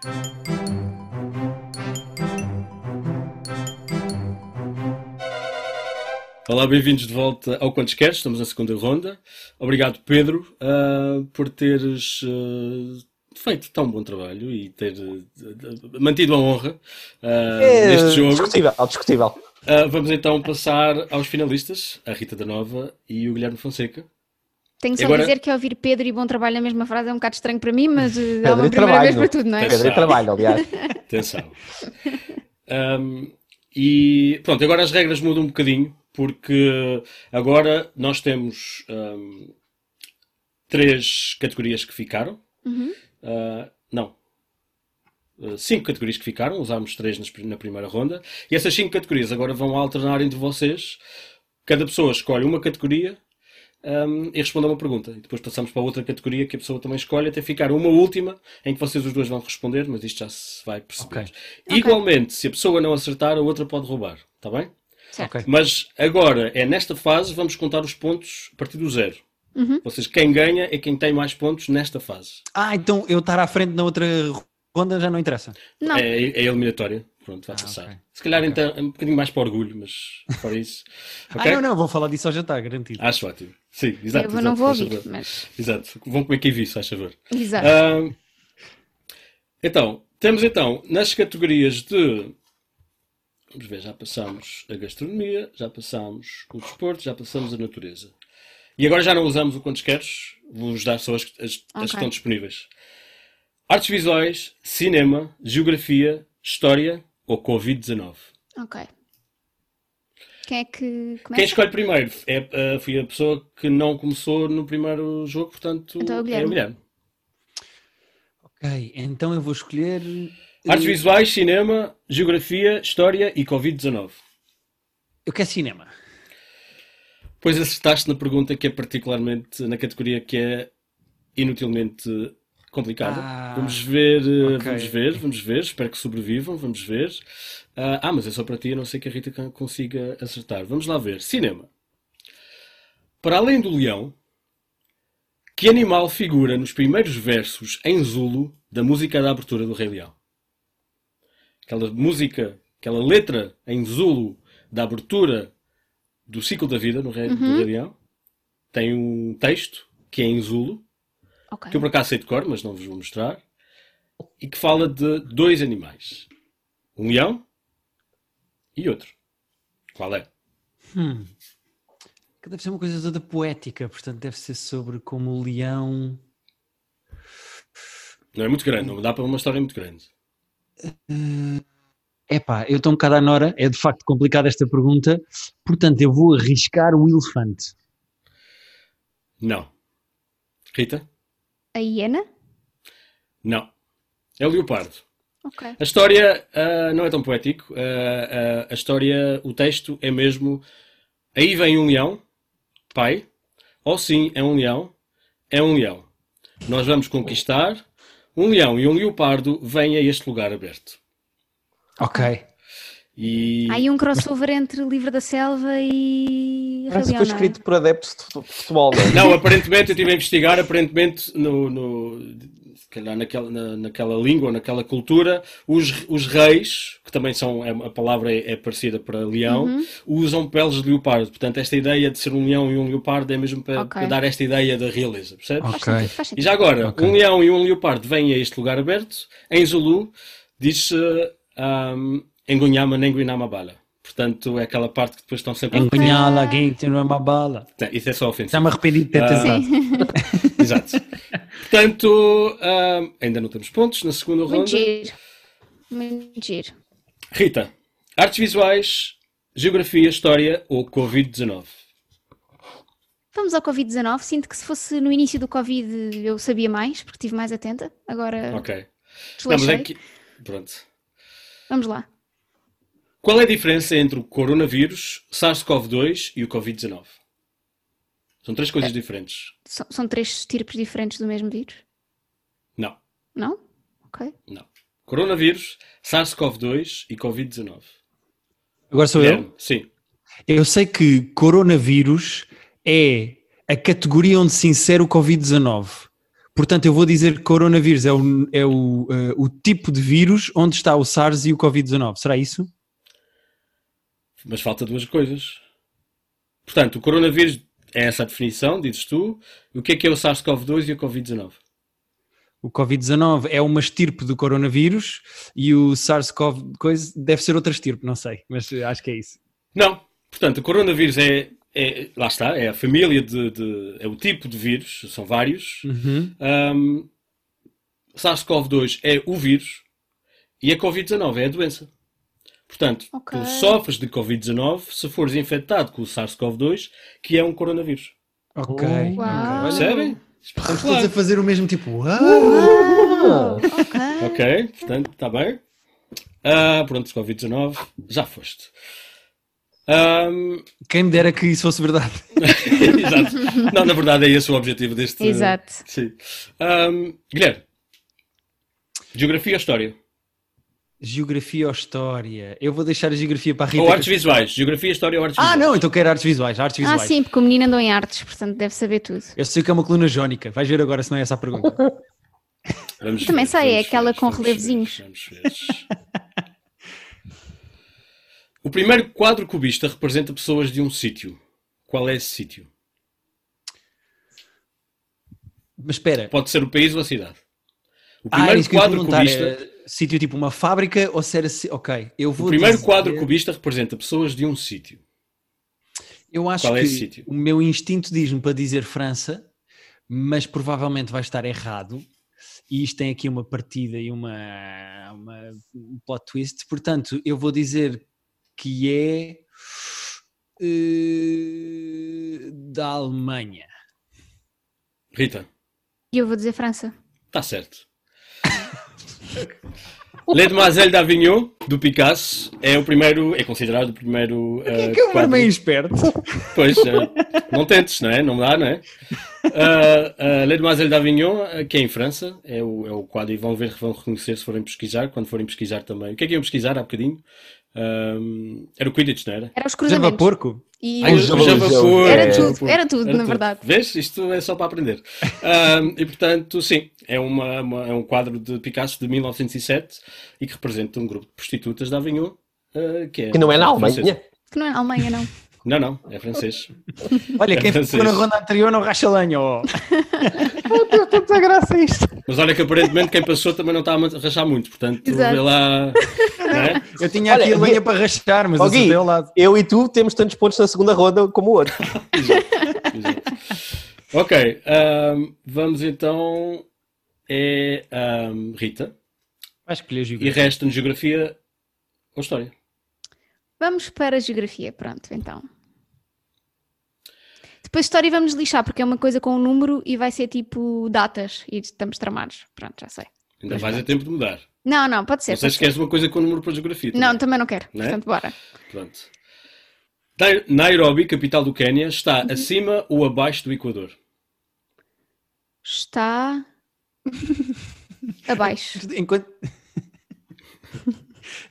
Speaker 5: Olá, bem-vindos de volta ao Quantos Queres, estamos na segunda ronda. Obrigado, Pedro, ah, por teres ah, feito tão bom trabalho e ter ah, mantido a honra ah,
Speaker 4: É,
Speaker 5: neste jogo.
Speaker 4: Discutível, ao discutível.
Speaker 5: Ah, vamos então passar aos finalistas, a Rita da Nova e o Guilherme Fonseca.
Speaker 2: Tenho só
Speaker 5: Agora-
Speaker 2: a dizer que ouvir Pedro e bom trabalho na mesma frase é um bocado estranho para mim, mas eh, há
Speaker 4: Pedro
Speaker 2: uma primeira
Speaker 4: e trabalho,
Speaker 2: vez para tudo, não é?
Speaker 5: Pedro.
Speaker 4: Pedro, eu trabalho, aliás.
Speaker 5: Atenção. Ahm, e pronto, agora as regras mudam um bocadinho, porque agora nós temos ahm, três categorias que ficaram.
Speaker 2: Uhum.
Speaker 5: Ah, não. Ah, Cinco categorias que ficaram, usámos três nas- na primeira ronda. E essas cinco categorias agora vão alternar entre vocês. Cada pessoa escolhe uma categoria ahm, e responde a uma pergunta. E depois passamos para outra categoria que a pessoa também escolhe, até ficar uma última em que vocês os dois vão responder, mas isto já se vai perceber.
Speaker 3: Ok.
Speaker 5: Igualmente, se a pessoa não acertar, a outra pode roubar. Está bem?
Speaker 2: Certo.
Speaker 3: Ok.
Speaker 5: Mas agora, é nesta fase, vamos contar os pontos a partir do zero.
Speaker 2: Uhum.
Speaker 5: Ou seja, quem ganha é quem tem mais pontos nesta fase.
Speaker 3: Ah, então eu estar à frente na outra ronda já não interessa.
Speaker 2: Não,
Speaker 5: É, é eliminatória. Pronto, vai passar.
Speaker 3: Ah, ok.
Speaker 5: Se calhar
Speaker 3: Ok.
Speaker 5: então é um bocadinho mais para orgulho, mas para isso.
Speaker 3: Ah,
Speaker 5: Ok?
Speaker 3: não, não, vou falar disso ao jantar, garantido.
Speaker 5: Acho ótimo. Sim, exato.
Speaker 2: eu
Speaker 5: exato,
Speaker 2: não vou
Speaker 5: faz
Speaker 2: ouvir,
Speaker 5: favor.
Speaker 2: mas.
Speaker 5: Exato. Vão comer que vi, se faz favor.
Speaker 2: Exato.
Speaker 5: Ah, então, temos então nas categorias de. Vamos ver, já passamos a gastronomia, já passamos o desporto, já passamos a natureza. E agora já não usamos o quantos queres, vou-vos dar só as, as- as
Speaker 2: Ok.
Speaker 5: que estão disponíveis: artes visuais, cinema, geografia, história ou Covid-19.
Speaker 2: Ok. Quem é que
Speaker 5: Quem
Speaker 2: começa?
Speaker 5: escolhe primeiro é, ah, foi a pessoa que não começou no primeiro jogo, portanto
Speaker 2: Então é o
Speaker 5: é
Speaker 2: Guilherme.
Speaker 5: o Guilherme.
Speaker 3: Ok, então eu vou escolher.
Speaker 5: Artes
Speaker 3: eh,
Speaker 5: visuais, cinema, geografia, história e Covid-19.
Speaker 3: Eu quero cinema.
Speaker 5: Pois acertaste na pergunta que é particularmente na categoria que é inutilmente complicada.
Speaker 3: Ah,
Speaker 5: vamos ver, eh,
Speaker 3: ok.
Speaker 5: vamos ver, vamos ver. Espero que sobrevivam, vamos ver. Ah, ah, mas é só para ti, a não ser que a Rita can- consiga acertar. Vamos lá ver. Cinema. Para além do leão, que animal figura nos primeiros versos em Zulu da música da abertura do Rei Leão? Aquela música, aquela letra em Zulu da abertura do ciclo da vida no Rei, do Rei Leão tem um texto que é em Zulu,
Speaker 2: Ok.
Speaker 5: que eu por acaso sei de cor, mas não vos vou mostrar, e que fala de dois animais: um leão e outro. Qual é?
Speaker 3: Hum. Que deve ser uma coisa toda poética, portanto deve ser sobre como o leão.
Speaker 5: Não é muito grande, não dá para uma história muito grande.
Speaker 3: Epá, eu estou um bocado à nora, é de facto complicada esta pergunta, portanto eu vou arriscar o elefante.
Speaker 5: Não. Rita?
Speaker 2: A hiena?
Speaker 5: Não. É o leopardo.
Speaker 2: Ok.
Speaker 5: A história ah, não é tão poético. ah, ah, a história, o texto é mesmo. Aí vem um leão, pai. Ou sim, é um leão, é um leão. Nós vamos conquistar. Um leão e um leopardo vêm a este lugar aberto.
Speaker 3: Ok.
Speaker 5: E.
Speaker 2: Há aí um crossover entre Livro da Selva e.
Speaker 4: Parece
Speaker 2: Rebelião,
Speaker 4: que foi
Speaker 2: não é?
Speaker 4: escrito por adeptos de fute- futebol, não é?
Speaker 5: Não, aparentemente eu estive a investigar, aparentemente no, no- se calhar naquela, na- naquela língua, naquela cultura, os, os reis, que também são, é- a palavra é, é parecida para leão, usam peles de leopardo. Portanto, esta ideia de ser um leão e um leopardo é mesmo para,
Speaker 2: Ok.
Speaker 5: para dar esta ideia da realeza, percebes?
Speaker 2: Faz sentido, faz
Speaker 5: E
Speaker 2: sentido.
Speaker 5: já agora,
Speaker 3: Ok.
Speaker 5: um leão e um leopardo vêm a este lugar aberto, em Zulu, diz-se um, Engunhama Nenguinama Bala. Portanto, é aquela parte que depois estão sempre... a-
Speaker 3: Engunhá-la, alguém que tirou uma bala.
Speaker 5: Isso é só ofensivo.
Speaker 3: Já me arrependi de ter
Speaker 5: Ah.
Speaker 3: tentado.
Speaker 5: Exato. Portanto, ahm, ainda não temos pontos na segunda
Speaker 2: Muito
Speaker 5: ronda.
Speaker 2: giro. Muito giro.
Speaker 5: Rita, artes visuais, geografia, história ou Covid-19?
Speaker 2: Vamos ao Covid-19. Sinto que se fosse no início do Covid eu sabia mais, porque estive mais atenta. Agora
Speaker 5: Ok. Não, mas
Speaker 2: desleixei.
Speaker 5: é que- Pronto.
Speaker 2: Vamos lá.
Speaker 5: Qual é a diferença entre o coronavírus, SARS-CoV-2 e o Covid-19? São três
Speaker 2: É.
Speaker 5: coisas diferentes.
Speaker 2: São, são três estirpes diferentes do mesmo vírus?
Speaker 5: Não,
Speaker 2: Não? Ok.
Speaker 5: não. Coronavírus, SARS-CoV-2 e Covid-19.
Speaker 3: Agora sou eu.
Speaker 5: Guilherme? Sim.
Speaker 3: Eu sei que coronavírus é a categoria onde se insere o Covid-19. Portanto, eu vou dizer que coronavírus é, o, é o, eh, o tipo de vírus onde está o SARS e o Covid-19. Será isso?
Speaker 5: Mas falta duas coisas. Portanto, o coronavírus é essa a definição, dizes tu. O que é que é o SARS-CoV-2 e o Covid-19?
Speaker 3: O Covid-19 é uma estirpe do coronavírus e o SARS-CoV coisa deve ser outra estirpe, não sei, mas eh, acho que é isso.
Speaker 5: Não. Portanto, o coronavírus é, é- lá está, é a família de, de- é o tipo de vírus, são vários. Uhum. Ahm, SARS-CoV-2 é o vírus e a Covid-19 é a doença. Portanto,
Speaker 2: Ok.
Speaker 5: tu sofres de Covid-19 se fores infectado com o SARS-CoV-2, que é um coronavírus.
Speaker 3: Ok.
Speaker 2: Uau.
Speaker 5: Percebem? Espetacular.
Speaker 6: Estamos todos a fazer o mesmo tipo. "Uau!"
Speaker 3: Uh!
Speaker 2: Uau!
Speaker 4: Ah.
Speaker 2: Ok.
Speaker 5: Ok, portanto, está bem. Ah, pronto, Covid-19, já foste. Ahm,
Speaker 3: Quem me dera que isso fosse verdade.
Speaker 5: exato. Não, na verdade é esse o objetivo deste.
Speaker 2: Exato.
Speaker 5: Sim. Ahm, Guilherme, geografia ou história?
Speaker 3: Geografia ou história? Eu vou deixar a geografia para a Rita.
Speaker 5: Ou
Speaker 3: que-
Speaker 5: artes visuais? Geografia, história ou artes
Speaker 3: Ah,
Speaker 5: visuais?
Speaker 3: não, então quero artes visuais. Artes
Speaker 2: Ah,
Speaker 3: visuais.
Speaker 2: sim, porque o menino andou em artes, portanto deve saber tudo.
Speaker 3: Eu sei que é uma coluna jónica. Vais ver agora se não é essa a pergunta.
Speaker 5: Vamos
Speaker 2: Também sei, é
Speaker 5: vamos
Speaker 2: aquela com
Speaker 5: vamos
Speaker 2: relevozinhos.
Speaker 5: ver, vamos ver. O primeiro quadro cubista representa pessoas de um sítio. Qual é esse sítio?
Speaker 3: Mas espera.
Speaker 5: Pode ser o país ou a cidade. O
Speaker 3: Ah, era
Speaker 5: primeiro
Speaker 3: isso que eu ia
Speaker 5: quadro
Speaker 3: perguntar.
Speaker 5: cubista.
Speaker 3: Era Sítio tipo uma fábrica ou se era. si- Ok, eu vou.
Speaker 5: O primeiro
Speaker 3: dizer-
Speaker 5: quadro cubista representa pessoas de um sítio.
Speaker 3: Eu acho
Speaker 5: Qual é
Speaker 3: que
Speaker 5: esse sítio?
Speaker 3: o meu instinto diz-me para dizer França, mas provavelmente vai estar errado. E isto tem aqui uma partida e uma, uma- um plot twist. Portanto, eu vou dizer que é eh, da Alemanha.
Speaker 5: Rita,
Speaker 2: E eu vou dizer França.
Speaker 5: está Tá certo. Le Demoiselle d'Avignon, do Picasso, é o primeiro, é considerado o primeiro. eh,
Speaker 3: Que é um
Speaker 5: quadro-
Speaker 3: meio esperto.
Speaker 5: Pois, eh, não tentes, não é? Não dá, não é? Uh, uh, Le Demoiselle d'Avignon, eh, que é em França, é o, é o quadro, e vão ver, vão reconhecer se forem pesquisar, quando forem pesquisar também. O que é que iam pesquisar há bocadinho? Ahm, era o Quidditch, não era?
Speaker 2: Era os
Speaker 3: Java
Speaker 2: cruzamentos.
Speaker 3: Porco?
Speaker 2: E
Speaker 5: Ai,
Speaker 2: o-
Speaker 5: o
Speaker 4: Java-
Speaker 5: Java
Speaker 4: Java-
Speaker 5: Porco.
Speaker 2: Era
Speaker 5: Java
Speaker 2: tudo,
Speaker 5: Porco.
Speaker 2: era tudo, na verdade.
Speaker 5: Vês? Isto é só para aprender. Ahm, e portanto, sim, é, uma, uma- é um quadro de Picasso de 1907 e que representa um grupo de prostitutas da Avignon, ah, que, é
Speaker 4: Que não é na
Speaker 5: francesa.
Speaker 4: Alemanha.
Speaker 2: Que não é na Alemanha, não.
Speaker 5: Não, não, é francês.
Speaker 3: Olha, quem
Speaker 5: Francês.
Speaker 3: ficou na ronda anterior não racha lenha. ó.
Speaker 5: Mas olha que aparentemente quem passou também não está a rachar muito, portanto,
Speaker 2: Exato.
Speaker 5: vê lá. não é?
Speaker 3: Eu tinha aqui
Speaker 4: Olha,
Speaker 3: a lenha
Speaker 4: Gui-
Speaker 3: para rachar, mas
Speaker 4: Ó,
Speaker 3: acertei
Speaker 4: Gui.
Speaker 3: ao lado.
Speaker 4: Eu e tu temos tantos pontos na segunda ronda como o outro.
Speaker 5: Exato. Ok, ahm, vamos então. É ahm, Rita.
Speaker 3: Vai escolher
Speaker 5: E
Speaker 3: geografia.
Speaker 5: resta-nos geografia ou história?
Speaker 2: Vamos para a geografia, pronto, então. Depois história vamos lixar, porque é uma coisa com um número e vai ser tipo datas e estamos tramados. Pronto, já sei.
Speaker 5: Ainda vais a tempo de mudar.
Speaker 2: Não, não, pode ser.
Speaker 5: Não sei
Speaker 2: pode
Speaker 5: se
Speaker 2: ser.
Speaker 5: queres uma coisa com número para geografia. também.
Speaker 2: Não, também não quero.
Speaker 5: Né?
Speaker 2: Portanto, bora.
Speaker 5: Pronto. Nai- Nairobi, capital do Quénia, está
Speaker 2: Uhum.
Speaker 5: acima ou abaixo do Equador?
Speaker 2: Está abaixo.
Speaker 3: Enquanto...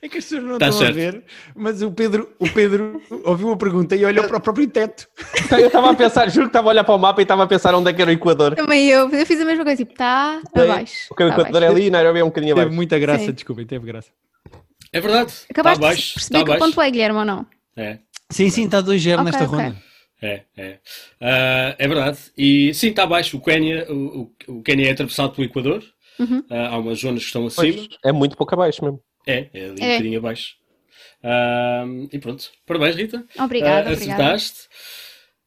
Speaker 3: É que as pessoas não
Speaker 5: Tá
Speaker 3: estão
Speaker 5: certo.
Speaker 3: a ver, mas o Pedro, o Pedro ouviu a pergunta e olhou para o próprio teto.
Speaker 5: Tá
Speaker 4: Eu estava a pensar, juro que estava a olhar para o mapa e estava a pensar onde é que era o Equador.
Speaker 2: Também eu, eu fiz a mesma coisa, tipo, está
Speaker 4: Bem,
Speaker 2: abaixo.
Speaker 4: Porque o
Speaker 2: está
Speaker 4: Equador é
Speaker 2: abaixo.
Speaker 4: ali e Nairobi é um bocadinho
Speaker 3: Teve
Speaker 4: abaixo.
Speaker 3: muita graça,
Speaker 2: Sim.
Speaker 3: desculpem, teve graça.
Speaker 5: É verdade. Está
Speaker 2: Acabaste
Speaker 5: abaixo.
Speaker 2: de
Speaker 5: Está
Speaker 2: perceber que o
Speaker 5: abaixo.
Speaker 2: ponto é Guilherme ou não?
Speaker 5: É,
Speaker 3: Sim, sim, está 2-0
Speaker 2: Ok,
Speaker 3: nesta
Speaker 2: ok.
Speaker 3: ronda.
Speaker 5: é, é. Ah, é verdade. E sim, está abaixo. O Quénia, o, o- o Quénia é atravessado pelo Equador.
Speaker 2: Uhum.
Speaker 5: Ah, há umas zonas que estão acima.
Speaker 4: Pois, é muito pouco abaixo mesmo.
Speaker 5: É, é ali um
Speaker 2: É.
Speaker 5: bocadinho abaixo. Ah, e pronto. Parabéns, Rita.
Speaker 2: Obrigada, obrigada.
Speaker 5: Ah, acertaste.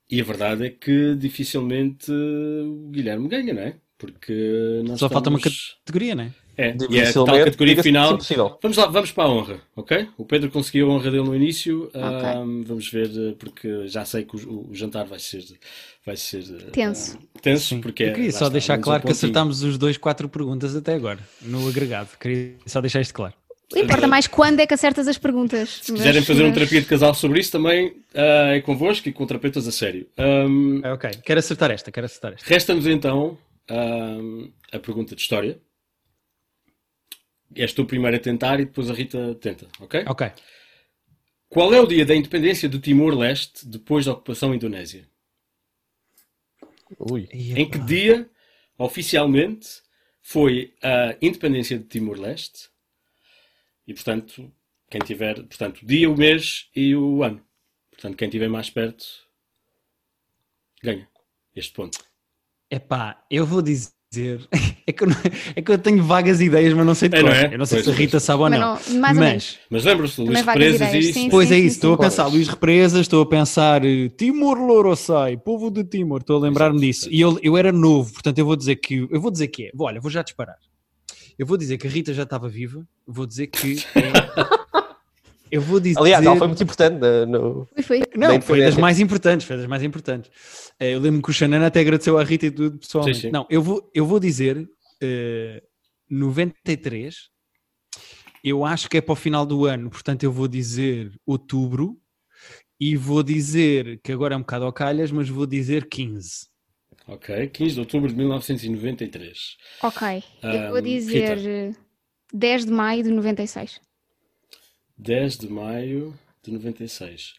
Speaker 5: E a verdade é que dificilmente o Guilherme ganha, não é? Porque nós
Speaker 3: Só falta uma
Speaker 5: estamos-
Speaker 3: categoria, não é?
Speaker 5: É, e é a tal
Speaker 4: Dificilmente,
Speaker 5: categoria
Speaker 4: diga-se
Speaker 5: final.
Speaker 4: Impossível.
Speaker 5: Vamos lá, vamos para a honra, ok? O Pedro conseguiu a honra dele no início. ahm, vamos ver, eh, porque já sei que o, o jantar vai ser, vai ser eh,
Speaker 2: Tenso.
Speaker 5: tenso,
Speaker 3: Sim.
Speaker 5: porque é-
Speaker 3: Eu queria
Speaker 5: lá
Speaker 3: só
Speaker 5: está,
Speaker 3: deixar
Speaker 5: menos um
Speaker 3: claro que
Speaker 5: pontinho.
Speaker 3: acertámos os dois quatro perguntas até agora, no agregado. Queria só deixar isto claro.
Speaker 2: Importa mais quando é que acertas as perguntas.
Speaker 5: Se quiserem fazer um terapia de casal sobre isso, também ah, é convosco e com terapeutas a sério. Ahm,
Speaker 3: É, ok, quero acertar esta, quero acertar esta.
Speaker 5: Resta-nos então ahm, a pergunta de história. És tu o primeiro a tentar e depois a Rita tenta, ok?
Speaker 3: Ok.
Speaker 5: Qual é o dia da independência do Timor-Leste depois da ocupação indonésia?
Speaker 4: Ui.
Speaker 5: Em que dia, oficialmente, foi a independência de Timor-Leste? E, portanto, quem tiver, portanto, o dia, o mês e o ano. Portanto, quem estiver mais perto ganha este ponto.
Speaker 3: Epá, eu vou dizer. É que eu, não- é que eu tenho vagas ideias, mas não sei de
Speaker 5: É,
Speaker 3: qual.
Speaker 5: não é?
Speaker 3: Eu não sei
Speaker 5: Pois,
Speaker 3: se a
Speaker 5: pois.
Speaker 3: Rita sabe ou
Speaker 2: Mas
Speaker 3: não.
Speaker 2: não- mais ou menos.
Speaker 5: Mas lembram-se do Luís
Speaker 2: Também vai
Speaker 5: Represas
Speaker 2: com as
Speaker 5: e
Speaker 2: ideias,
Speaker 5: isso?
Speaker 2: sim,
Speaker 5: né?
Speaker 3: Pois é
Speaker 2: sim,
Speaker 3: isso, estou a
Speaker 2: sim.
Speaker 3: pensar Luís Represas, estou a pensar eh, Timor Lorossai, povo de Timor, estou a
Speaker 5: é,
Speaker 3: lembrar-me disso.
Speaker 5: Exato,
Speaker 3: E eu, eu era novo, portanto eu vou dizer que eu vou dizer que é. Vou- Olha, vou já disparar. Eu vou dizer que a Rita já estava viva, vou dizer que é Eu vou dizer.
Speaker 4: Aliás, ela foi muito importante na- no-
Speaker 2: Foi, foi.
Speaker 3: Não, foi das
Speaker 4: Bem diferente.
Speaker 3: mais importantes, foi das mais importantes. Eh, Eu lembro que o Xanana até agradeceu à Rita e tudo pessoalmente.
Speaker 5: Sim, sim.
Speaker 3: Não, eu vou, eu vou dizer eh, 93, eu acho que é para o final do ano, portanto eu vou dizer outubro e vou dizer, que agora é um bocado ao calhas, mas vou dizer 15.
Speaker 5: Ok, 15 de outubro de 1993.
Speaker 2: Ok. Eu
Speaker 5: Ahm,
Speaker 2: vou dizer eh, 10 de maio de 96.
Speaker 5: 10 de maio de 96.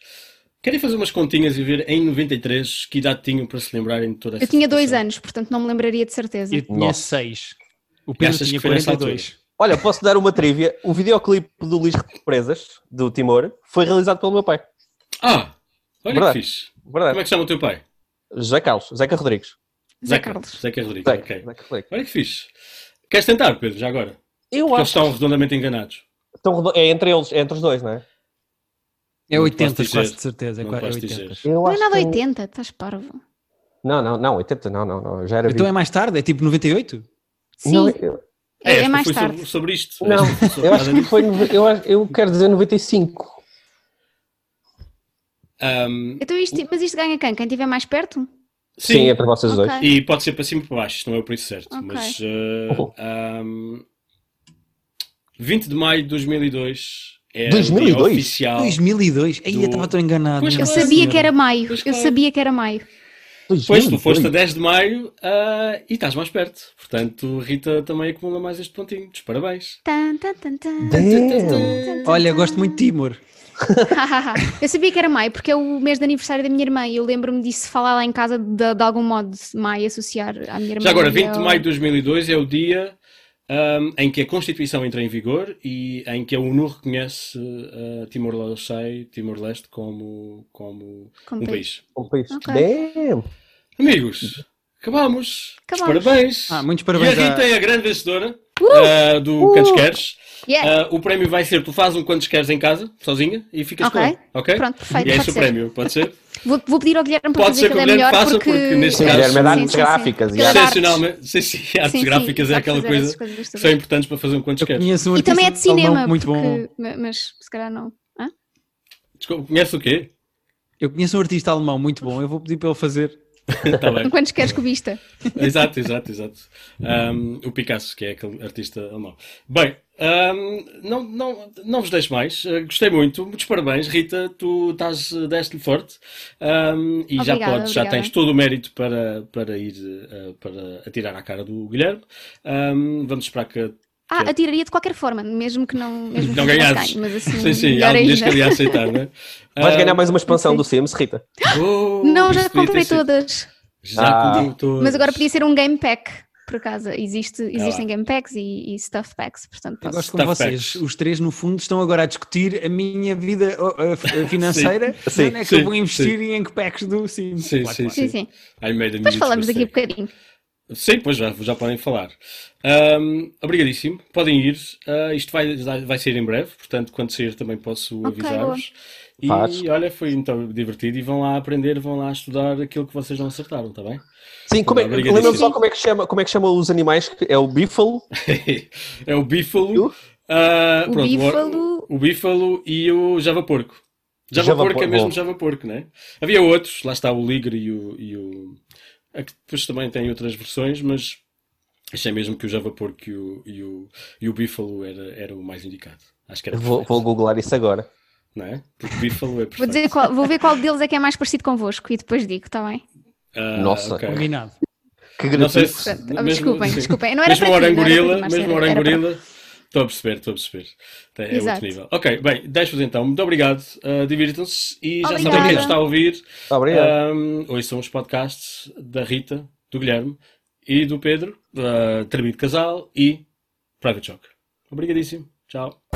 Speaker 5: Querem fazer umas continhas e ver em 93 que idade tinham para se lembrarem de toda essa
Speaker 2: Eu tinha dois
Speaker 5: situação?
Speaker 2: anos, portanto não me lembraria de certeza.
Speaker 3: Eu tinha
Speaker 4: Nossa.
Speaker 3: 6. O Pedro
Speaker 5: Achas
Speaker 3: tinha
Speaker 5: que foi nessa
Speaker 3: 42.
Speaker 4: Olha, posso dar uma trivia. O videoclipe do Luís Represas, do Timor, foi realizado pelo meu pai.
Speaker 5: Ah, olha que
Speaker 4: Verdade.
Speaker 5: fixe. Como é
Speaker 4: Verdade.
Speaker 5: que chama o teu pai?
Speaker 4: José Carlos, Zeca Rodrigues.
Speaker 2: Zé Carlos.
Speaker 5: Zeca Rodrigues,
Speaker 4: Zeca,
Speaker 5: ok.
Speaker 4: Zeca Rodrigues.
Speaker 5: Olha que fixe. Queres tentar, Pedro, já agora?
Speaker 4: Eu
Speaker 5: Porque eles
Speaker 4: acho
Speaker 5: estão redondamente enganados.
Speaker 4: que estão redo- é entre eles, é entre os dois, não é?
Speaker 3: É
Speaker 5: Não
Speaker 3: 80,
Speaker 5: posso
Speaker 3: quase
Speaker 5: dizer.
Speaker 3: de certeza. é
Speaker 5: Não
Speaker 3: qua- é
Speaker 5: posso
Speaker 3: 80.
Speaker 5: dizer.
Speaker 4: Eu
Speaker 2: Não é nada
Speaker 4: que-
Speaker 2: 80, estás parvo.
Speaker 4: Não, não, não, 80, não, não, não. Já era
Speaker 3: Então é
Speaker 4: vivo.
Speaker 3: mais tarde? É tipo 98?
Speaker 2: Sim,
Speaker 4: Não, eu,
Speaker 2: é, é
Speaker 5: esta
Speaker 2: mais
Speaker 5: foi sobre-
Speaker 2: tarde.
Speaker 5: Sobre, isto.
Speaker 4: Não,
Speaker 5: Esta foi sobre
Speaker 4: eu acho
Speaker 5: nada
Speaker 4: que
Speaker 5: disso.
Speaker 4: foi. nove- Eu, acho- eu quero dizer 95.
Speaker 5: Ahm,
Speaker 2: Então isto, mas isto ganha quem? Quem estiver mais perto?
Speaker 4: Sim, é
Speaker 5: sim,
Speaker 4: entre vocês
Speaker 2: Ok.
Speaker 4: dois.
Speaker 5: e pode ser para cima e para baixo, isto não é o preço certo.
Speaker 2: Ok.
Speaker 5: Mas. eh,
Speaker 4: Oh.
Speaker 5: ahm, 20 de maio de 2002 é o dia
Speaker 4: 2002?
Speaker 5: oficial.
Speaker 3: 2002? Aí eu
Speaker 5: Do-
Speaker 3: estava tão enganado. né?
Speaker 5: Pois,
Speaker 2: Eu
Speaker 5: Nossa
Speaker 2: sabia
Speaker 5: Senhora.
Speaker 2: que era maio.
Speaker 5: Pois
Speaker 2: Eu
Speaker 5: claro.
Speaker 2: sabia que era maio.
Speaker 5: Pois, tu foste a
Speaker 4: 2002.
Speaker 5: 10 de maio ah, e estás mais perto. Portanto, Rita também acumula mais este pontinho. Dos parabéns.
Speaker 2: Tan, tan, tan, tan.
Speaker 4: Damn.
Speaker 3: Olha, gosto muito de Timor.
Speaker 2: eu sabia que era maio porque é o mês de aniversário da minha irmã e eu lembro-me disso falar lá em casa de, de algum modo de maio associar à minha irmã.
Speaker 5: Já agora,
Speaker 2: e
Speaker 5: 20 de
Speaker 2: ao-
Speaker 5: maio de 2002 é o dia ahm, em que a Constituição entra em vigor e em que a ONU reconhece ah, Timor-Leste Timor-Leste como, como
Speaker 2: como
Speaker 5: um
Speaker 2: país.
Speaker 5: país.
Speaker 4: Um país.
Speaker 2: Ok.
Speaker 4: Damn.
Speaker 5: Amigos, acabamos.
Speaker 2: Acabamos.
Speaker 5: Parabéns.
Speaker 3: Ah, muitos parabéns
Speaker 5: E a
Speaker 3: à-
Speaker 5: Rita é a grande vencedora ah, do Quantos Queres.
Speaker 2: Uh! Yeah.
Speaker 5: Ah, o prémio vai ser: tu fazes um Quantos Queres em casa, sozinha, e ficas
Speaker 2: Ok.
Speaker 5: com ele. Ok?
Speaker 2: Pronto, perfeito,
Speaker 5: E é
Speaker 2: pode
Speaker 5: esse o
Speaker 2: ser.
Speaker 5: prémio, pode ser?
Speaker 2: Vou, vou pedir ao Guilherme para
Speaker 5: Eh, Pode
Speaker 2: fazer
Speaker 5: ser que o
Speaker 2: cada
Speaker 5: Guilherme
Speaker 2: melhor
Speaker 5: faça,
Speaker 2: porque...
Speaker 5: porque neste
Speaker 4: Sim, caso- Guilherme, é de artes gráficas,
Speaker 2: Ele é de artes.
Speaker 5: Excepcionalmente, sim, sim, artes
Speaker 2: Sim, sim,
Speaker 5: gráficas é
Speaker 2: sabe
Speaker 5: aquela
Speaker 2: fazer
Speaker 5: coisa
Speaker 2: essas coisas
Speaker 5: que
Speaker 2: todas.
Speaker 5: são importantes para fazer um quantos queres.
Speaker 3: Conheço um
Speaker 2: E também é de
Speaker 3: artista alemão
Speaker 2: cinema,
Speaker 3: muito bom.
Speaker 2: porque- ma- mas se calhar não. Hã?
Speaker 5: Desculpa, conhece o quê?
Speaker 3: Eu conheço um artista alemão muito bom, eu vou pedir para ele fazer.
Speaker 5: Está Tá bem.
Speaker 2: Quantos queres que o vista?
Speaker 5: Exato, exato, exato. Um, o Picasso, que é aquele artista alemão. Bem, um, não, não, não vos deixo mais. Uh, gostei muito. Muitos parabéns, Rita. Tu estás, uh, deste-lhe forte. Um, e já
Speaker 2: Obrigada,
Speaker 5: podes, já
Speaker 2: obrigada.
Speaker 5: tens todo o mérito para, para ir uh, para atirar à cara do Guilherme. Um, vamos esperar que
Speaker 2: Ah, atiraria de qualquer forma, mesmo que não, mesmo que
Speaker 5: não ganhasses.
Speaker 2: ganhe, mas assim,
Speaker 5: sim, sim, há
Speaker 2: melhor
Speaker 5: um dia que
Speaker 2: ainda.
Speaker 5: ele ia aceitar, não é?
Speaker 4: Vais
Speaker 5: Um,
Speaker 4: ganhar mais uma expansão do Sims, Rita.
Speaker 5: Oh,
Speaker 2: Não,
Speaker 5: isto
Speaker 2: já
Speaker 5: podia ter
Speaker 2: comprei
Speaker 5: sido.
Speaker 2: todas.
Speaker 5: Já
Speaker 4: Ah.
Speaker 5: comprei todas.
Speaker 2: Mas agora podia ser um game pack, por acaso. Existe, existem
Speaker 5: lá.
Speaker 2: game packs e, e stuff packs, portanto
Speaker 3: Eu
Speaker 2: posso.
Speaker 3: gosto como
Speaker 5: Tá Stuff
Speaker 3: vocês,
Speaker 5: facts.
Speaker 3: os três no fundo estão agora a discutir a minha vida oh, oh, f- financeira,
Speaker 4: Sim,
Speaker 3: onde é que
Speaker 5: sim,
Speaker 3: eu vou investir e em que packs do sim.
Speaker 5: Sim, sim,
Speaker 2: Sim, sim.
Speaker 5: I made a
Speaker 2: Depois
Speaker 5: huge
Speaker 2: falamos daqui a
Speaker 5: mistake.
Speaker 2: bocadinho.
Speaker 5: Sim, pois já, já podem falar. Ahm, obrigadíssimo, podem ir. Ah, isto vai, vai sair em breve, portanto, quando sair também posso
Speaker 2: Ok,
Speaker 5: avisar-vos. E
Speaker 4: Faz.
Speaker 5: olha, foi então divertido. E vão lá aprender, vão lá estudar aquilo que vocês não acertaram, está bem?
Speaker 4: Sim, como é,
Speaker 5: Obrigadíssimo.
Speaker 4: lembra-me só como é, que chama, como é que chama os animais? que- É o bífalo?
Speaker 5: é o bífalo.
Speaker 4: Eu?
Speaker 5: ah,
Speaker 2: O
Speaker 5: pronto,
Speaker 2: bífalo-
Speaker 5: O, o bífalo e o Java Porco. Java,
Speaker 4: Java
Speaker 5: Porco é
Speaker 4: Porco,
Speaker 5: mesmo
Speaker 4: bom.
Speaker 5: Java Porco, não é? Havia outros, lá está o Ligre e o. E o... a que Depois também tem outras versões, mas achei mesmo que o Java Porco e o, e o, e o Bífalo era, era o mais indicado. Acho que era
Speaker 4: Vou,
Speaker 5: perfeito,
Speaker 4: vou googlar isso agora.
Speaker 5: não é? Porque Bífalo é perfeito.
Speaker 2: Vou, dizer qual- vou ver qual deles é que é mais parecido convosco e depois digo, está bem?
Speaker 5: Ah,
Speaker 4: Nossa.
Speaker 5: ok.
Speaker 3: Combinado.
Speaker 4: Que
Speaker 5: Não sei
Speaker 4: gratuito.
Speaker 5: se.
Speaker 2: Portanto,
Speaker 5: mesmo-
Speaker 2: desculpem,
Speaker 5: sim.
Speaker 2: desculpem. Não era
Speaker 5: mesmo
Speaker 2: para ti, não era
Speaker 5: orangorila,
Speaker 2: para ti,
Speaker 5: mesmo
Speaker 2: Marcelo, era para-
Speaker 5: orangorila. Estou a perceber, estou a perceber. É outro
Speaker 2: Exato.
Speaker 5: nível. Ok, bem, deixo-vos então. Muito obrigado. Uh, Divirtam-se e já sabem
Speaker 2: Obrigada.
Speaker 5: quem nos está a ouvir.
Speaker 4: Obrigado.
Speaker 5: Um, hoje são os podcasts da Rita, do Guilherme ah, e do Pedro, uh, Tremido Casal e Private Joke. Obrigadíssimo. Tchau.